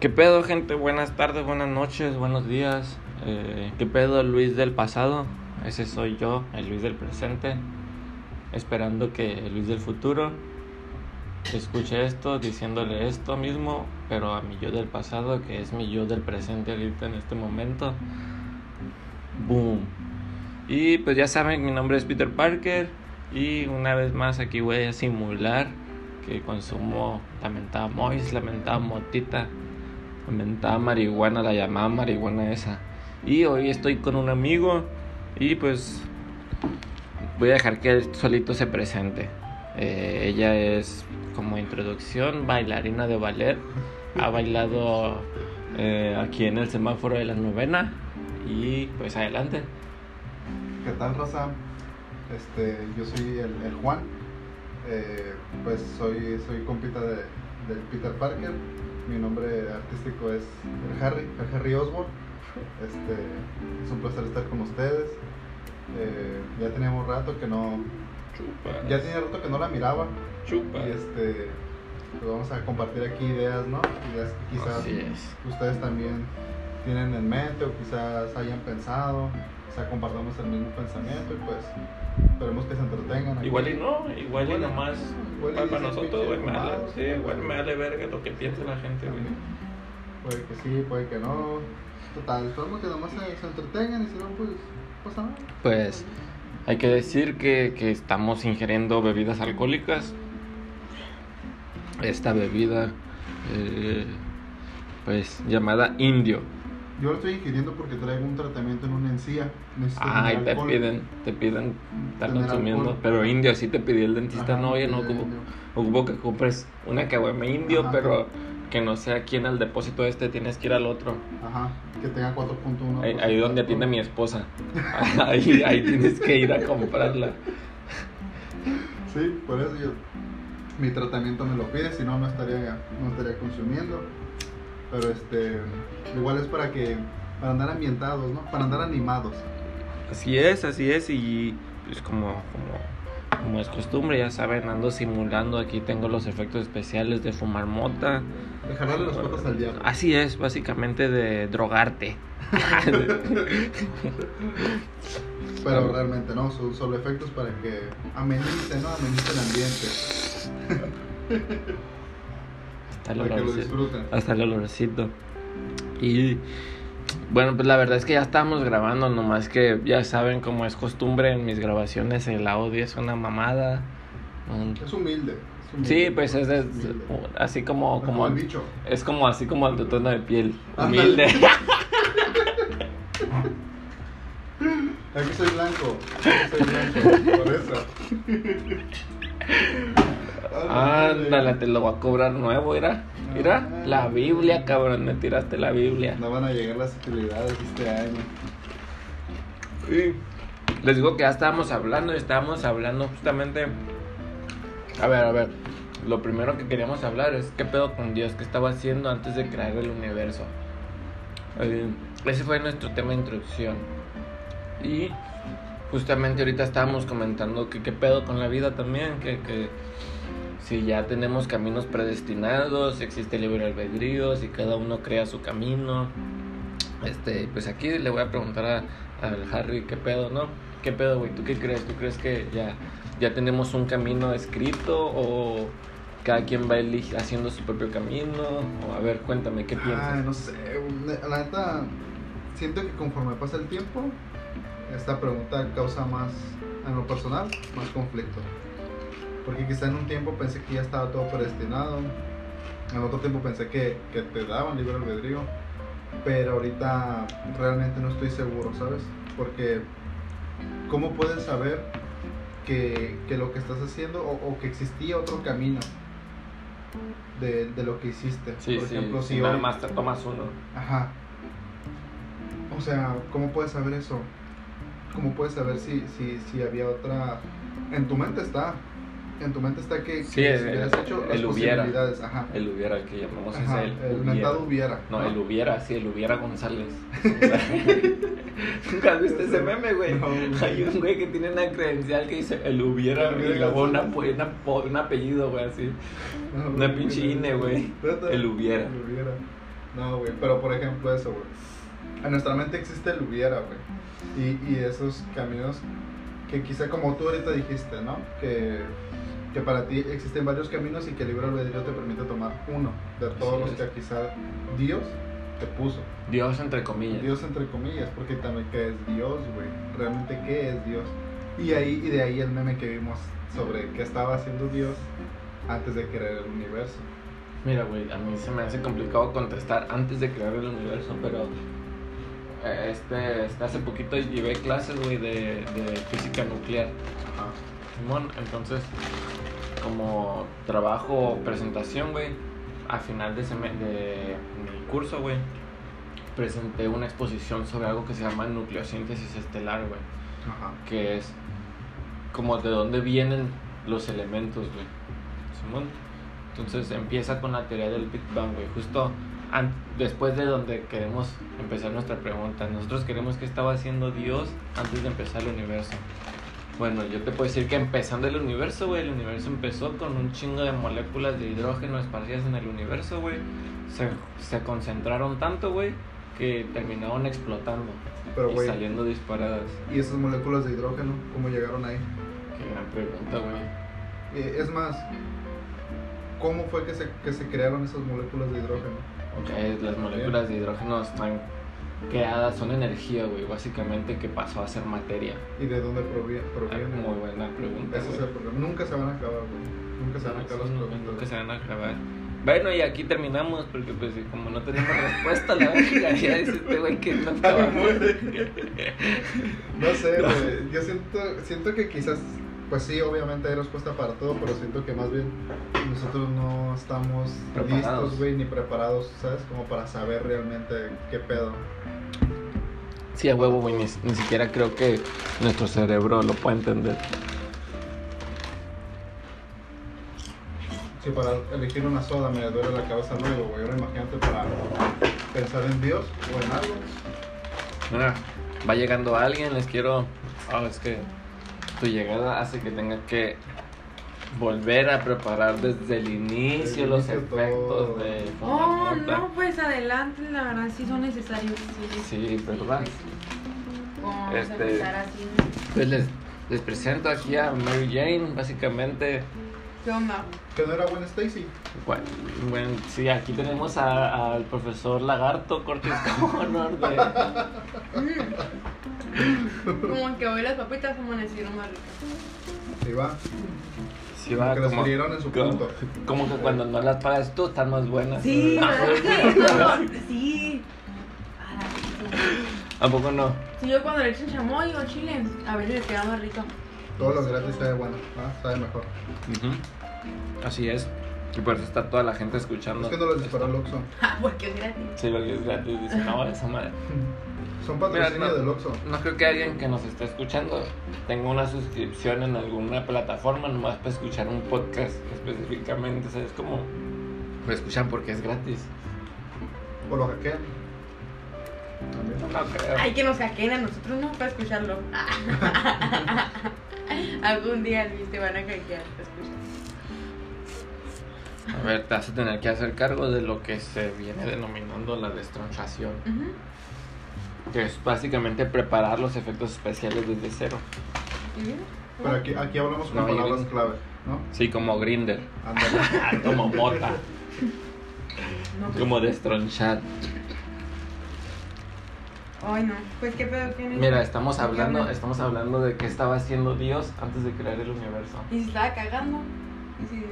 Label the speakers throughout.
Speaker 1: ¿Qué pedo, gente? Buenas tardes, buenas noches, buenos días. Eh, ¿Qué pedo, Luis del pasado? Ese soy yo, el Luis del presente. Esperando que el Luis del futuro escuche esto, diciéndole esto mismo, pero a mi yo del pasado, que es mi yo del presente ahorita en este momento. Boom. Y pues ya saben, mi nombre es Peter Parker. Y una vez más aquí voy a simular que consumo lamentada Mois, lamentada Motita. Mentada marihuana, la llamada marihuana esa. Y hoy estoy con un amigo y pues voy a dejar que él solito se presente. Eh, ella es como introducción bailarina de ballet. Ha bailado eh, aquí en el semáforo de la novena y pues adelante.
Speaker 2: ¿Qué tal, Rosa? Este, yo soy el, el Juan. Eh, pues soy, soy compita de, del Peter Parker. Mi nombre artístico es el Harry, el Harry Osborn. Este, es un placer estar con ustedes. Eh, ya teníamos rato que no.
Speaker 1: Chupas.
Speaker 2: Ya tenía rato que no la miraba.
Speaker 1: chupas.
Speaker 2: Y este. pues vamos a compartir aquí ideas, ¿no? Ideas que quizás
Speaker 1: Así es.
Speaker 2: ustedes también tienen en mente o quizás hayan pensado, o sea, compartamos el mismo pensamiento y pues esperemos que se entretengan. aquí.
Speaker 1: Igual y no, igual y
Speaker 2: Igual y-
Speaker 1: nomás
Speaker 2: igual y
Speaker 1: para, para
Speaker 2: dices,
Speaker 1: nosotros,
Speaker 2: pinche
Speaker 1: güey, me vale,
Speaker 2: mamadas,
Speaker 1: sí,
Speaker 2: güey.
Speaker 1: igual me vale verga lo que piensa la gente, güey.
Speaker 2: También. Puede que sí, puede que no. Total, esperemos que nomás se, se entretengan y si no, pues pasa nada.
Speaker 1: Pues hay que decir que, que estamos ingiriendo bebidas alcohólicas. Esta bebida, eh, pues llamada indio.
Speaker 2: Yo lo estoy ingiriendo porque traigo un tratamiento en una encía. Necesito
Speaker 1: Ay,
Speaker 2: tener
Speaker 1: te
Speaker 2: alcohol.
Speaker 1: piden, te piden, estar
Speaker 2: Tener
Speaker 1: consumiendo.
Speaker 2: alcohol.
Speaker 1: Pero indio, así te pidió el dentista,
Speaker 2: Ajá,
Speaker 1: no, oye, no
Speaker 2: de-
Speaker 1: ocupo,
Speaker 2: de-
Speaker 1: ocupo que compres una caguama indio,
Speaker 2: Ajá.
Speaker 1: pero que no sea aquí en el depósito este, tienes que ir al otro.
Speaker 2: Ajá, que tenga 4.1.
Speaker 1: Ahí, ahí donde atiende mi esposa. Ahí, ahí tienes que ir a comprarla.
Speaker 2: Sí, por eso yo mi tratamiento me lo pide, si no no estaría no estaría consumiendo. Pero este igual es para que para andar ambientados, ¿no? Para andar animados.
Speaker 1: Así es, así es, y pues como, como, como es costumbre, ya saben, ando simulando, aquí tengo los efectos especiales de fumar mota.
Speaker 2: Dejarle los cuernos al diablo.
Speaker 1: Así es, básicamente de drogarte.
Speaker 2: Pero realmente no, son solo efectos para que amenice, ¿no? Amenice el ambiente.
Speaker 1: Hasta el
Speaker 2: Para que lo
Speaker 1: olorcito.
Speaker 2: disfruten.
Speaker 1: Hasta el olorcito. Y bueno, pues la verdad es que ya estamos grabando, nomás que ya saben, como es costumbre en mis grabaciones, el audio es una mamada. Mm,
Speaker 2: Es humilde. es humilde.
Speaker 1: Sí, pues es, es-
Speaker 2: Humilde.
Speaker 1: así
Speaker 2: Es
Speaker 1: como...
Speaker 2: como
Speaker 1: como
Speaker 2: el bicho.
Speaker 1: Es como así como el tono de piel.
Speaker 2: Ándale.
Speaker 1: Humilde.
Speaker 2: Aquí soy blanco. Aquí soy blanco. Por eso.
Speaker 1: Ándale, te lo voy a cobrar nuevo, mira. Mira, la Biblia, cabrón, me tiraste la Biblia.
Speaker 2: No van a llegar las utilidades este año.
Speaker 1: Y Les digo que ya estábamos hablando, y estábamos hablando justamente. A ver, a ver. Lo primero que queríamos hablar es qué pedo con Dios, qué estaba haciendo antes de crear el universo. Eh, ese fue nuestro tema de introducción. Y justamente ahorita estábamos comentando que qué pedo con la vida también, que, que si ya tenemos caminos predestinados, existe libre albedrío, si cada uno crea su camino. Este, pues aquí le voy a preguntar a, al Harry, ¿qué pedo, no? ¿Qué pedo, güey? ¿Tú qué crees? ¿Tú crees que ya, ya tenemos un camino escrito o cada quien va eli- haciendo su propio camino? O a ver, cuéntame, ¿qué
Speaker 2: Ay,
Speaker 1: piensas?
Speaker 2: no sé, ne- la neta, siento que conforme pasa el tiempo, esta pregunta causa más, en lo personal, más conflicto. Porque quizá en un tiempo pensé que ya estaba todo predestinado, en otro tiempo pensé que, que te daban libre albedrío, pero ahorita realmente no estoy seguro, ¿sabes? Porque, ¿cómo puedes saber que, que lo que estás haciendo o, o que existía otro camino? De, de lo que hiciste.
Speaker 1: Sí,
Speaker 2: Por
Speaker 1: sí,
Speaker 2: ejemplo, si
Speaker 1: nada
Speaker 2: hoy-
Speaker 1: más te tomas uno.
Speaker 2: Ajá. O sea, ¿cómo puedes saber eso? ¿Cómo puedes saber si, si, si había otra... En tu mente está. En tu mente está que, que
Speaker 1: Sí,
Speaker 2: si
Speaker 1: el-
Speaker 2: hubieras hecho
Speaker 1: el
Speaker 2: las
Speaker 1: hubiera.
Speaker 2: posibilidades. Ajá.
Speaker 1: El hubiera, el que llamamos
Speaker 2: Ajá,
Speaker 1: es el,
Speaker 2: el
Speaker 1: hubiera.
Speaker 2: mentado hubiera.
Speaker 1: No, el
Speaker 2: hubiera.
Speaker 1: hubiera, sí, el hubiera González. ¿Nunca viste ese meme, güey?
Speaker 2: No, güey.
Speaker 1: Hay un güey que tiene una credencial que dice el hubiera
Speaker 2: El
Speaker 1: güey,
Speaker 2: hubiera
Speaker 1: y luego una,
Speaker 2: González.
Speaker 1: una po- un apellido, güey, así. Una pinche INE, güey. El hubiera.
Speaker 2: El hubiera. No, güey, pero por ejemplo eso, güey. En nuestra mente existe el hubiera, güey. Y, y esos caminos que quizá como tú ahorita dijiste, ¿no? Que, que para ti existen varios caminos y que el libre albedrío te permite tomar uno de todos los
Speaker 1: Así es.
Speaker 2: que quizá Dios te puso.
Speaker 1: Dios entre comillas.
Speaker 2: Dios entre comillas, porque también qué es Dios, güey. Realmente qué es Dios. Y ahí y de ahí el meme que vimos sobre qué estaba haciendo Dios antes de crear el universo.
Speaker 1: Mira, güey, a mí se me hace complicado contestar antes de crear el universo, pero eh, este, este hace poquito llevé clases, güey, de, de física nuclear.
Speaker 2: Ajá.
Speaker 1: Simón, entonces, como trabajo presentación, güey, a final de, seme- de mi curso, güey, presenté una exposición sobre algo que se llama nucleosíntesis estelar, güey,
Speaker 2: Ajá.
Speaker 1: que es como de dónde vienen los elementos, güey. Simón. Entonces empieza con la teoría del Big Bang, güey, justo an- después de donde queremos empezar nuestra pregunta. Nosotros queremos qué estaba haciendo Dios antes de empezar el universo. Bueno, yo te puedo decir que empezando el universo, güey, el universo empezó con un chingo de moléculas de hidrógeno esparcidas en el universo, güey. Se, se concentraron tanto, güey, que terminaron explotando
Speaker 2: Pero,
Speaker 1: y
Speaker 2: güey,
Speaker 1: saliendo disparadas.
Speaker 2: ¿y esas moléculas de hidrógeno cómo llegaron ahí?
Speaker 1: Qué gran pregunta, güey.
Speaker 2: Eh, es más, ¿cómo fue que se, que se crearon esas moléculas de hidrógeno?
Speaker 1: Eh, las moléculas de hidrógeno están creadas, son energía, güey, básicamente que pasó a ser materia.
Speaker 2: ¿Y de dónde provi-
Speaker 1: Ah,
Speaker 2: provienen?
Speaker 1: Muy buena pregunta,
Speaker 2: Ese es el
Speaker 1: güey.
Speaker 2: problema. Nunca se van a acabar, güey. Nunca se van a acabar las
Speaker 1: Nunca-
Speaker 2: preguntas.
Speaker 1: Nunca se van a acabar. Bueno, y aquí terminamos, porque pues como no tenemos respuesta, la verga, ya dice este güey que no
Speaker 2: Ay,
Speaker 1: acaba.
Speaker 2: muere. No sé, güey. Yo siento, siento que quizás, pues sí, obviamente hay respuesta para todo, pero siento que más bien nosotros no estamos
Speaker 1: Preparados.
Speaker 2: listos, güey, ni preparados, ¿sabes? Como para saber realmente qué pedo.
Speaker 1: Sí, a huevo, güey, ni, ni siquiera creo que nuestro cerebro lo pueda entender.
Speaker 2: Si para elegir una soda me duele la cabeza luego, güey, ahora imagínate para pensar en Dios o en algo.
Speaker 1: Mira, va llegando alguien, les quiero. Ah, es que tu llegada hace que tenga que volver a preparar desde el inicio
Speaker 2: Desde el
Speaker 1: los
Speaker 2: inicio todo.
Speaker 1: efectos de
Speaker 3: Oh,
Speaker 1: Fonda
Speaker 3: no,
Speaker 1: Mota.
Speaker 3: pues adelante, la verdad sí son necesarios. Sí,
Speaker 1: Sí, ¿verdad?
Speaker 3: pues, sí. Vamos a
Speaker 1: Este-
Speaker 3: empezar así.
Speaker 1: Pues les, les presento aquí a Mary Jane, básicamente.
Speaker 3: ¿Qué onda?
Speaker 2: Que no era buena Stacy.
Speaker 1: Bueno, bueno, sí, aquí tenemos a- al profesor Lagarto Cortes Honor de.
Speaker 3: Mm. Como que hoy las papitas amanecieron más ricas.
Speaker 2: Sí, va.
Speaker 1: Sí, va,
Speaker 2: que las frieron en su
Speaker 1: como-
Speaker 2: punto.
Speaker 1: como que cuando no las pagas tú están más buenas.
Speaker 3: Sí,
Speaker 1: No,
Speaker 3: ¿verdad? que no? Sí. A la vez.
Speaker 1: ¿A poco no?
Speaker 3: Sí, yo cuando le echan chamoy o chile, a veces le queda más rico.
Speaker 2: Todo lo gratis sabe bueno, ¿ah? sabe mejor.
Speaker 1: Ujú. Así es. Y por eso está toda la gente escuchando.
Speaker 2: Es que no los disparó el
Speaker 1: esto.
Speaker 2: Oxxo.
Speaker 3: Ja, Ah, porque es gratis.
Speaker 1: Sí, lo que es gratis. Dice, no, esa madre.
Speaker 2: Son
Speaker 1: Mira,
Speaker 2: patrocinio
Speaker 1: no.
Speaker 2: del Oxxo.
Speaker 1: No creo que alguien que nos esté escuchando tenga una suscripción en alguna plataforma nomás para escuchar un podcast específicamente. ¿Sabes cómo? Lo escuchan porque es gratis.
Speaker 2: O lo hackean. También.
Speaker 1: No creo.
Speaker 3: Ay, que nos hackeen a nosotros no para escucharlo. Algún día, Luis, te van a hackear para escuchar.
Speaker 1: A ver, te vas a tener que hacer cargo de lo que se viene denominando la destronchación.
Speaker 3: Ujú.
Speaker 1: Que es básicamente preparar los efectos especiales desde cero.
Speaker 3: ¿Y bien?
Speaker 2: Pero aquí, aquí hablamos con
Speaker 1: No,
Speaker 2: palabras
Speaker 1: Irene.
Speaker 2: clave, ¿no?
Speaker 1: Sí, como grinder.
Speaker 2: Ándale.
Speaker 1: Ah, como mota.
Speaker 3: No, pues-
Speaker 1: Como destronchar.
Speaker 3: Ay, no. Pues qué pedo tiene.
Speaker 1: Mira, estamos hablando, estamos hablando de qué estaba haciendo Dios antes de crear el universo.
Speaker 3: Y si estaba cagando. Y si Dios.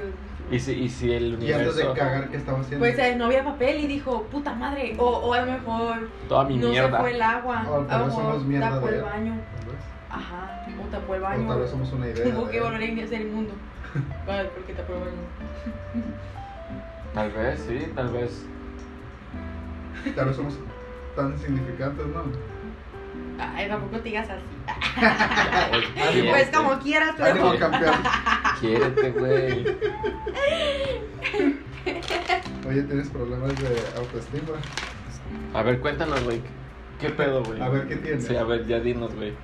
Speaker 1: Y si, y si el
Speaker 2: y antes de
Speaker 1: universo,
Speaker 2: cagar, ¿qué estaba haciendo?
Speaker 3: Pues eh, no había papel y dijo, puta madre. O, o a lo mejor
Speaker 1: toda Ah, mi
Speaker 3: no se
Speaker 1: mierda.
Speaker 3: fue el agua.
Speaker 2: Oh,
Speaker 3: a
Speaker 2: pero
Speaker 3: lo
Speaker 2: eso no es
Speaker 3: mejor
Speaker 2: mierda
Speaker 3: tapó
Speaker 2: de
Speaker 3: el
Speaker 2: él.
Speaker 3: baño.
Speaker 2: Tal vez.
Speaker 3: Ajá. O tapó el
Speaker 2: O
Speaker 3: baño.
Speaker 2: Pues, tal vez somos una idea.
Speaker 3: Tuvo
Speaker 2: de
Speaker 3: que
Speaker 2: él.
Speaker 3: volver a iniciar el mundo. Vale, porque tapó el baño.
Speaker 1: Tal vez, sí, tal vez.
Speaker 2: Tal vez somos tan insignificantes, ¿no?
Speaker 3: Ay, tampoco te digas así.
Speaker 1: Quiérete,
Speaker 3: Pues como "Ah". quieras, pero.
Speaker 2: Ánimo, campeón.
Speaker 1: Quiérete, güey.
Speaker 2: Oye, tienes problemas de autoestima.
Speaker 1: A ver, cuéntanos, güey. ¿Qué pedo, güey?
Speaker 2: A ver, ¿qué tienes?
Speaker 1: Sí, a ver, ya dinos, güey.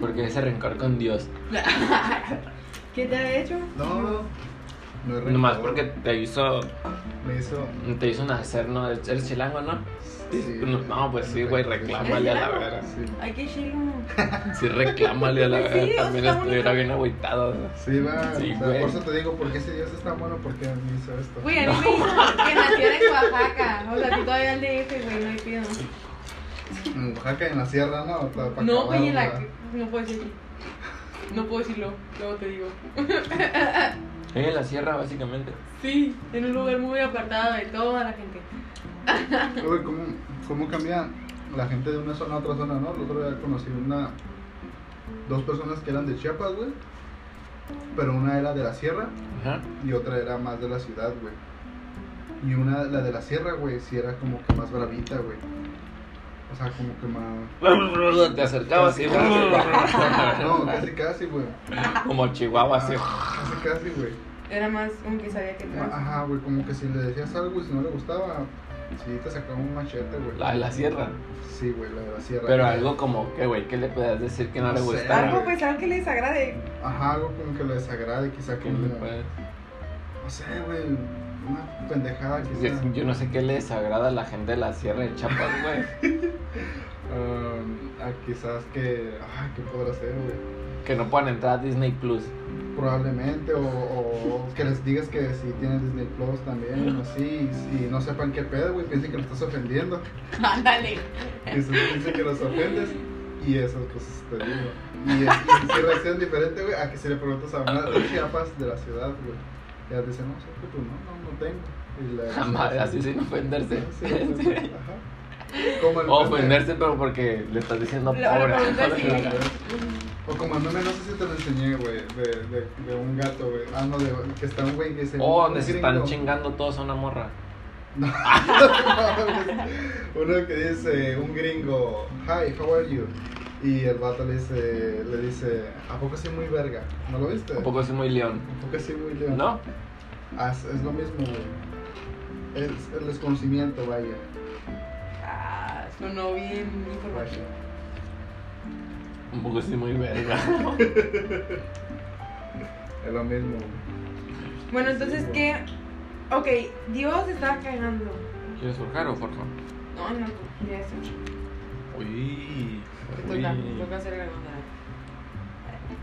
Speaker 1: Porque ese rencor con Dios.
Speaker 3: ¿Qué te ha hecho?
Speaker 2: No, No es
Speaker 1: Nomás
Speaker 2: rencor,
Speaker 1: porque te hizo,
Speaker 2: Me hizo.
Speaker 1: te hizo nacer, ¿no? Eres chilango, ¿no?
Speaker 2: Sí.
Speaker 1: No, no, pues sí, güey, reclámale a la verga.
Speaker 2: Sí.
Speaker 3: Hay que echarle un.
Speaker 1: Sí, reclámale a la
Speaker 3: Sí,
Speaker 1: verga.
Speaker 3: o sea,
Speaker 1: También
Speaker 3: está
Speaker 1: estuviera
Speaker 3: bonito.
Speaker 1: bien agüitado. ¿no?
Speaker 2: Sí, va.
Speaker 1: Sí,
Speaker 2: o sea,
Speaker 1: güey.
Speaker 2: por eso te digo, ¿por qué ese Dios es tan bueno? ¿Por qué me hizo esto?
Speaker 3: Güey, a mí me dijo que naciera en Oaxaca. O sea, tú todavía al DF, güey, no hay pedo.
Speaker 2: En Oaxaca, en la sierra, ¿no? Pa- pa'
Speaker 3: No,
Speaker 2: acabar,
Speaker 3: güey, en la.
Speaker 2: ¿verdad?
Speaker 3: No puedo decirlo. No puedo decirlo, luego te digo.
Speaker 1: Ahí en la sierra, básicamente.
Speaker 3: Sí, en un lugar muy apartado de toda la gente.
Speaker 2: Güey, ¿cómo, ¿cómo cambia la gente de una zona a otra zona, no? El otro día conocí una... Dos personas que eran de Chiapas, güey. Pero una era de la sierra
Speaker 1: Ajá.
Speaker 2: y otra era más de la ciudad, güey. Y una, la de la sierra, güey, sí era como que más bravita, güey. O sea, como que más...
Speaker 1: Te acercabas y.
Speaker 2: No, casi casi, güey.
Speaker 1: Como Chihuahua, así.
Speaker 2: Ah, Casi casi, güey.
Speaker 3: Era más un que sabía
Speaker 2: Ah,
Speaker 3: que trans.
Speaker 2: Ajá, güey, como que si le decías algo y si no le gustaba, sí te sacaba un machete, güey.
Speaker 1: La de la sierra.
Speaker 2: Sí, güey, la de la sierra.
Speaker 1: Pero algo como que, güey, ¿qué le puedas decir que no
Speaker 2: No
Speaker 1: le
Speaker 2: sé.
Speaker 1: gustara?
Speaker 2: ah.
Speaker 3: Algo
Speaker 1: güey?
Speaker 3: pues algo que les agrade.
Speaker 2: Ajá, algo como que le desagrade, quizá
Speaker 1: ¿Qué
Speaker 2: que...
Speaker 1: le
Speaker 2: le-
Speaker 1: puedes-
Speaker 2: No sé, güey, una pendejada quizá.
Speaker 1: Yo- Yo no sé qué le desagrada a la gente de la sierra de Chiapas, güey.
Speaker 2: Um, ah, quizás que... Ay, ¿qué podrá ser, güey?
Speaker 1: Que no puedan entrar a Disney Plus.
Speaker 2: Probablemente, o, o que les digas que si tienen Disney Plus también, o así, y, y no sepan qué pedo, güey, piensen que lo estás ofendiendo.
Speaker 3: Ándale.
Speaker 2: Quizás piensen que los ofendes. Y esas cosas te digo. Y es y sí reacción diferente, güey, a que si le preguntas a una de Chiapas de la ciudad, güey. Ya te dicen, no, sé, pues no, no, no tengo. Y la-
Speaker 1: Jamás, así sin ofenderse.
Speaker 2: Sí, sí, sí, ajá. Como el
Speaker 1: O
Speaker 2: meme-
Speaker 1: ofenderse, pero porque le estás diciendo
Speaker 3: La- la pregunta
Speaker 1: pobre.
Speaker 3: es
Speaker 2: O como el meme, no sé si te lo enseñé, güey, de, de, de un gato, güey. Ah, no, de, que está un güey que dice.
Speaker 1: O
Speaker 2: un
Speaker 1: donde se están
Speaker 2: gringo.
Speaker 1: chingando todos a una morra.
Speaker 2: No, Uno que dice, un gringo, hi, how are you? Y el vato le dice, le dice, ¿a poco soy muy verga? ¿No lo viste?
Speaker 1: Un poco soy muy león.
Speaker 2: ¿A poco soy muy león?
Speaker 1: ¿No?
Speaker 2: Ah, es, es lo mismo, güey. Es el desconocimiento, vaya.
Speaker 3: Ah, sonó bien informativo.
Speaker 2: vaya.
Speaker 1: Un poco soy muy verga.
Speaker 2: Es lo mismo, güey.
Speaker 3: Bueno, entonces,
Speaker 2: Sí,
Speaker 3: ¿qué? Ok, Dios estaba cagando.
Speaker 1: ¿Quieres forjar o forjo?
Speaker 3: No, no, ya es ocho.
Speaker 1: Uy.
Speaker 3: Te
Speaker 1: uy.
Speaker 3: Toca, toca hacer la granada.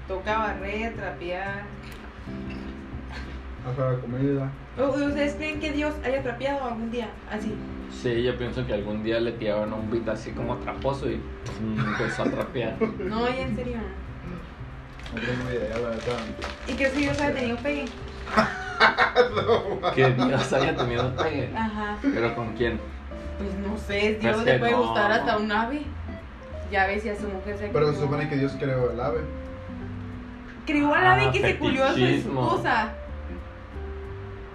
Speaker 3: Toca barrer, trapear.
Speaker 2: Hasta la comida.
Speaker 3: ¿U- ¿Ustedes creen que Dios haya trapeado algún día? Así.
Speaker 1: Sí, yo pienso que algún día le tiraron un beat así como traposo y mm, empezó a trapear.
Speaker 3: No, ya en serio.
Speaker 2: No tengo idea, la verdad.
Speaker 3: ¿Y que si Dios haya tenido pegue?
Speaker 1: Que Dios haya tenido un pegue.
Speaker 3: Ajá.
Speaker 1: ¿Pero con quién?
Speaker 3: Pues no sé,
Speaker 1: Pues
Speaker 3: Dios
Speaker 1: que
Speaker 3: le puede
Speaker 1: no.
Speaker 3: gustar hasta un ave. Ya ves si a su mujer se
Speaker 2: Pero se
Speaker 3: crió.
Speaker 2: supone que Dios creó el ave.
Speaker 3: Crió al
Speaker 1: Ah,
Speaker 3: ave que se culió a su
Speaker 1: fetichismo.
Speaker 3: esposa.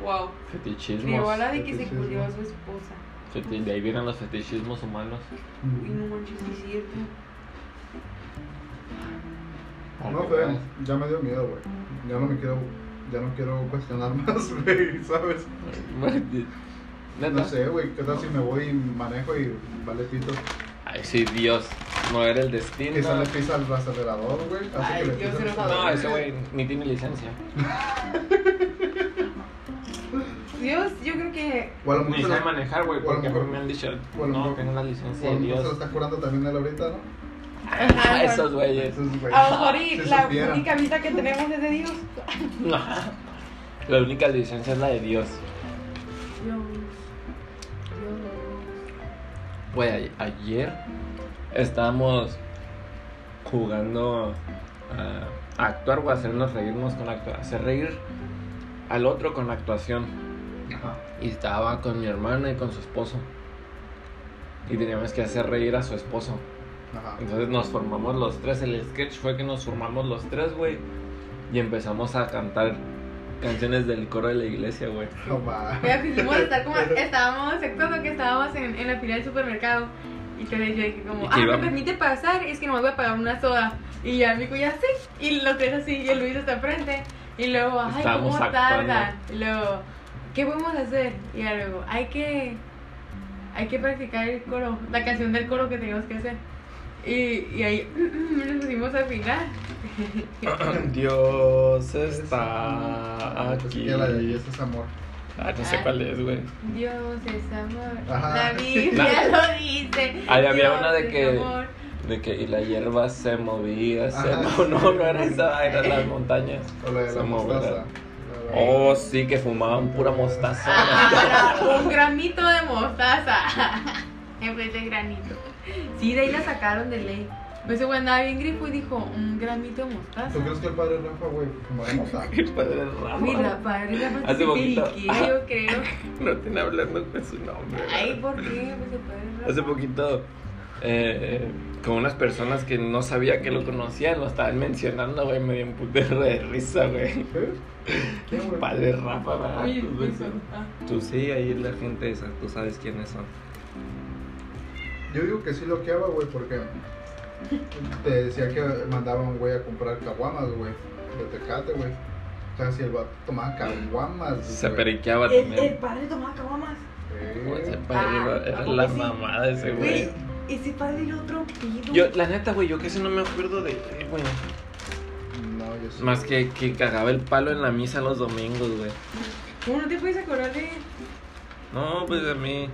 Speaker 3: Wow. Crió
Speaker 1: Fetichismos.
Speaker 3: al ave que se
Speaker 2: fetichismo.
Speaker 3: culió a su esposa.
Speaker 1: Feti- De ahí vienen los fetichismos humanos.
Speaker 3: Uy, no manches, sí es cierto.
Speaker 2: No, pero ya me dio miedo, güey. Ya no me quiero, ya no quiero cuestionar más, güey, ¿sabes?
Speaker 1: Neta.
Speaker 2: No sé, güey, ¿qué tal si me voy y manejo y vale pito?
Speaker 1: Ay, sí, Dios. No era el
Speaker 2: Que
Speaker 1: destino.
Speaker 2: sale pisa al acelerador, güey. hace
Speaker 3: Ay,
Speaker 2: que le
Speaker 3: Dios,
Speaker 2: pise el
Speaker 3: enojado.
Speaker 1: No,
Speaker 2: acelerador.
Speaker 1: ese güey ni tiene licencia.
Speaker 3: Dios, yo creo que.
Speaker 2: O a lo mejor
Speaker 1: Ni
Speaker 2: se
Speaker 1: sabe
Speaker 2: lo-
Speaker 1: manejar, güey,
Speaker 2: o a lo
Speaker 1: porque a mí
Speaker 2: mejor-
Speaker 1: me han dicho,
Speaker 2: o a lo
Speaker 1: no,
Speaker 2: mejor-
Speaker 1: tengo la
Speaker 2: o
Speaker 1: licencia
Speaker 2: a
Speaker 1: de
Speaker 2: lo mejor se lo
Speaker 1: Dios.
Speaker 2: está curando también él ahorita, ¿no?
Speaker 3: Ajá,
Speaker 1: A
Speaker 3: igual.
Speaker 1: esos güeyes.
Speaker 2: Entonces, güey.
Speaker 3: A lo mejor y
Speaker 2: si
Speaker 3: la
Speaker 2: supiera.
Speaker 3: única vista que tenemos es de Dios.
Speaker 1: No. La única licencia es la de Dios.
Speaker 3: Dios.
Speaker 1: Güey, a- ayer estábamos jugando ah, a actuar o hacernos reírnos con actuar. Hacer reír al otro con la actuación.
Speaker 2: Ajá.
Speaker 1: Y estaba con mi hermana y con su esposo. Y teníamos que hacer reír a su esposo.
Speaker 2: Ajá.
Speaker 1: Entonces nos formamos los tres. El sketch fue que nos formamos los tres, güey. Y empezamos a cantar canciones del coro de la iglesia, güey.
Speaker 2: No va.
Speaker 3: Mira, fingimos estar como. Estábamos, ¿se acuerdan que estábamos en, en la fila del supermercado? Y te yo dije
Speaker 1: Y que
Speaker 3: como, ah,
Speaker 1: iba-
Speaker 3: me permite pasar, es que no voy a pagar una soda. Y ya mi cuya sí. Y los tres así, y el Luis está enfrente. Y luego, ay,
Speaker 1: Estábamos
Speaker 3: cómo
Speaker 1: actuando.
Speaker 3: tarda. Y luego, ¿qué podemos hacer? Y ya luego, hay que. Hay que practicar el coro, la canción del coro que tenemos que hacer. Y, y ahí nos pusimos a afinar.
Speaker 1: Dios está aquí.
Speaker 2: Ya la de Dios es amor.
Speaker 1: Ah, no sé cuál es, güey.
Speaker 3: Dios es amor.
Speaker 2: Ajá.
Speaker 3: La Biblia lo dice.
Speaker 1: Ahí había
Speaker 3: Dios
Speaker 1: una de
Speaker 3: es
Speaker 1: que-
Speaker 3: amor.
Speaker 1: De que y la hierba se movía, se
Speaker 2: Ajá.
Speaker 1: mo- no, no era esa, vaina, eran las montañas.
Speaker 2: O la de
Speaker 1: Se
Speaker 2: la
Speaker 1: moverá.
Speaker 2: mostaza. La- la-
Speaker 1: Oh, sí, que fumaban pura mostaza.
Speaker 3: Ah, un gramito de mostaza. En vez de granito. Sí, de ahí la sacaron de ley. Pues ese güey andaba bien grifo y dijo, un gramito de mostaza.
Speaker 2: ¿Tú crees que el padre Rafa, güey, fumaba mostaza?
Speaker 1: El padre Rafa.
Speaker 3: Mira, padre, la más
Speaker 1: Hace poquito.
Speaker 3: piriquía, yo creo.
Speaker 1: No tiene hablando con su nombre.
Speaker 3: Ay, ¿por qué? Pues el padre Rafa.
Speaker 1: Hace poquito, eh, con unas personas que no sabía que lo conocían, lo estaban mencionando, güey, me dio un putero de risa, güey.
Speaker 2: ¿Eh? ¿Quién, güey?
Speaker 1: Padre Rafa, ¿verdad?
Speaker 3: Oye,
Speaker 1: Tus
Speaker 3: pues,
Speaker 1: vecinos.
Speaker 3: ah.
Speaker 1: Tú sí, ahí es la gente esa, tú sabes quiénes son.
Speaker 2: Yo digo que sí lo que hago, güey, porque te decía que mandaba un güey a comprar caguamas, güey, de Tecate, güey. O sea, si el vato tomaba caguamas,
Speaker 1: Se
Speaker 2: güey.
Speaker 1: periqueaba
Speaker 4: El, el
Speaker 1: también.
Speaker 4: padre tomaba caguamas.
Speaker 1: Güey, Ese
Speaker 2: Eh,
Speaker 1: padre
Speaker 4: Ah,
Speaker 1: era- era
Speaker 4: ¿a poco
Speaker 1: la
Speaker 4: sí?
Speaker 1: mamá de ese güey.
Speaker 4: Güey, ese padre era otro pido.
Speaker 1: Yo, la neta, güey, yo casi no me acuerdo de él, güey.
Speaker 2: No, yo sí.
Speaker 1: Más que que cagaba el palo en la misa los domingos, güey.
Speaker 3: ¿Cómo no te puedes acordar de
Speaker 1: No, pues a mí,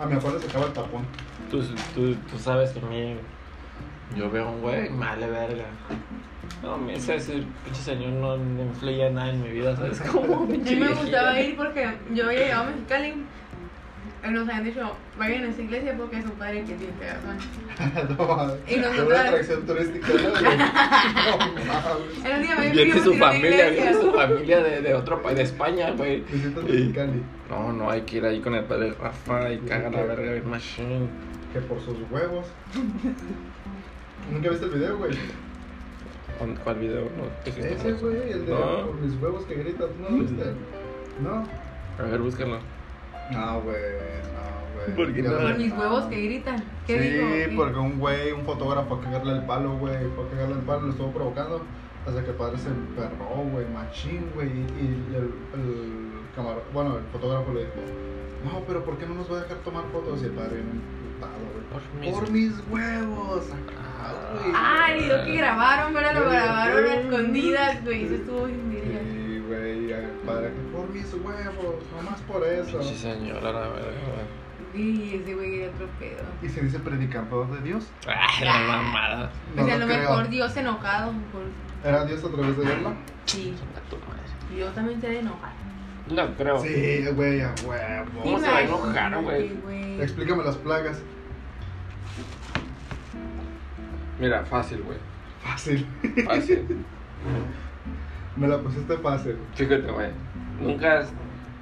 Speaker 2: A mi abuela se acaba el tapón.
Speaker 1: tú, tú, tú sabes que a mí, yo veo a un güey, vale verga. No, mi- ese, ese pinche señor no influía nada en mi vida, ¿sabes cómo?
Speaker 3: A mí me gustaba ir porque yo había llegado a Mexicali y nos habían dicho, vayan a esa iglesia porque su padre que tiene pedazón.
Speaker 2: no,
Speaker 3: Y
Speaker 2: Era
Speaker 3: nosotros-
Speaker 2: una atracción turística, ¿no? güey? No mames.
Speaker 3: El otro día me vi
Speaker 1: Viene
Speaker 3: primo
Speaker 1: su
Speaker 3: tiró una
Speaker 1: familia,
Speaker 3: iglesia.
Speaker 1: viene su familia de, de otro país, de España, güey.
Speaker 2: Visitas
Speaker 1: Y-
Speaker 2: de Cali,
Speaker 1: No, no, hay que ir ahí con el padre Rafa y caga la verga bien machine.
Speaker 2: que por sus huevos. ¿Nunca viste el video, güey?
Speaker 1: ¿Con- ¿Cuál video? No, ¿qué es esto?
Speaker 2: Ese, güey, el de
Speaker 1: No.
Speaker 2: por mis huevos que gritas, ¿no lo viste? No.
Speaker 1: A ver, búscalo.
Speaker 2: No, güey, no, güey.
Speaker 1: ¿Por qué
Speaker 2: Ya
Speaker 1: no?
Speaker 2: lo-
Speaker 3: Por mis huevos que eh. gritan. ¿Qué
Speaker 2: sí,
Speaker 3: dijo? ¿Qué?
Speaker 2: porque un güey, un fotógrafo, a cagarle el palo, güey, fue a cagarle el palo, lo estuvo provocando. Hasta que el padre se emperró, güey, machín, güey. Y, y el, el camar- bueno, el fotógrafo le dijo, no, pero ¿por qué no nos va a dejar tomar fotos? Y el padre bien emputado, güey.
Speaker 1: Por
Speaker 2: Por mis huevos, acá, güey.
Speaker 3: Ay, lo
Speaker 1: Ah.
Speaker 3: que grabaron, pero lo
Speaker 2: Sí.
Speaker 3: grabaron a escondidas, güey. Eso estuvo bien viril.
Speaker 2: Sí, güey, el padre, por mis huevos, nomás por eso.
Speaker 1: Pinche señora, la verga.
Speaker 3: Y ese güey era otro pedo.
Speaker 2: Y se dice predicador de Dios.
Speaker 1: Ay, la mamada.
Speaker 2: No
Speaker 3: o sea, Pues a lo
Speaker 2: creo.
Speaker 3: mejor Dios enojado. Por...
Speaker 2: ¿Era Dios a través de verla?
Speaker 3: Sí, Dios también se ha de enojar.
Speaker 1: No creo.
Speaker 2: Sí, güey, a huevo.
Speaker 1: ¿Cómo se va a enojar, güey?
Speaker 3: Imagínate,
Speaker 2: Explícame las plagas.
Speaker 1: Mira, fácil, güey.
Speaker 2: Fácil.
Speaker 1: Fácil.
Speaker 2: Me la pusiste fácil.
Speaker 1: Fíjate, güey. Nunca has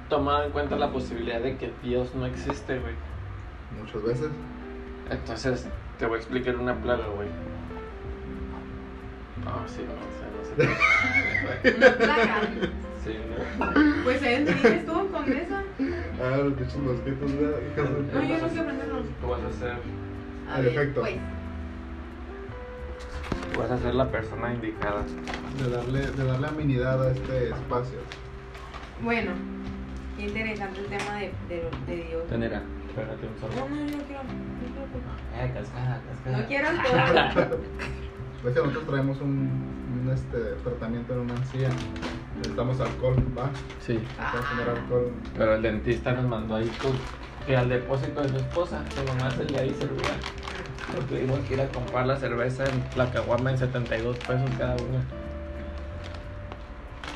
Speaker 1: tomado en cuenta la posibilidad de que Dios no existe, güey.
Speaker 2: Muchas veces.
Speaker 1: Entonces, te voy a explicar una plaga, güey. Ah, sí, no, o sea, no sé.
Speaker 3: Una placa.
Speaker 1: Sí, ¿no?
Speaker 3: Pues ahí es tú con eso.
Speaker 2: Ah, los bichos mosquitos, ¿verdad? Hijas de-
Speaker 3: No, yo no quiero aprenderlo.
Speaker 1: Tú vas a ser.
Speaker 3: A
Speaker 2: El
Speaker 3: ver,
Speaker 2: efecto.
Speaker 3: Pues,
Speaker 1: tú vas a ser la persona indicada.
Speaker 2: De darle, de darle amenidad a este espacio.
Speaker 3: bueno, qué interesante el tema de, de, de Dios.
Speaker 1: Tenera. Espérate un
Speaker 3: No,
Speaker 1: segundo.
Speaker 3: no, yo no quiero. no quiero, pues.
Speaker 1: Eh, cascada, cascada.
Speaker 2: Ah.
Speaker 3: No quiero alcohol.
Speaker 2: Ves que nosotros traemos un, un, este, tratamiento en una encía. Necesitamos alcohol, ¿va?
Speaker 1: Sí.
Speaker 2: Necesitamos tomar alcohol.
Speaker 1: Pero el dentista nos mandó ahí con, que al depósito de su esposa, que nomás se le ahí cerveza. Nos tuvimos que ir a comprar la cerveza en la caguama en 72 pesos cada una.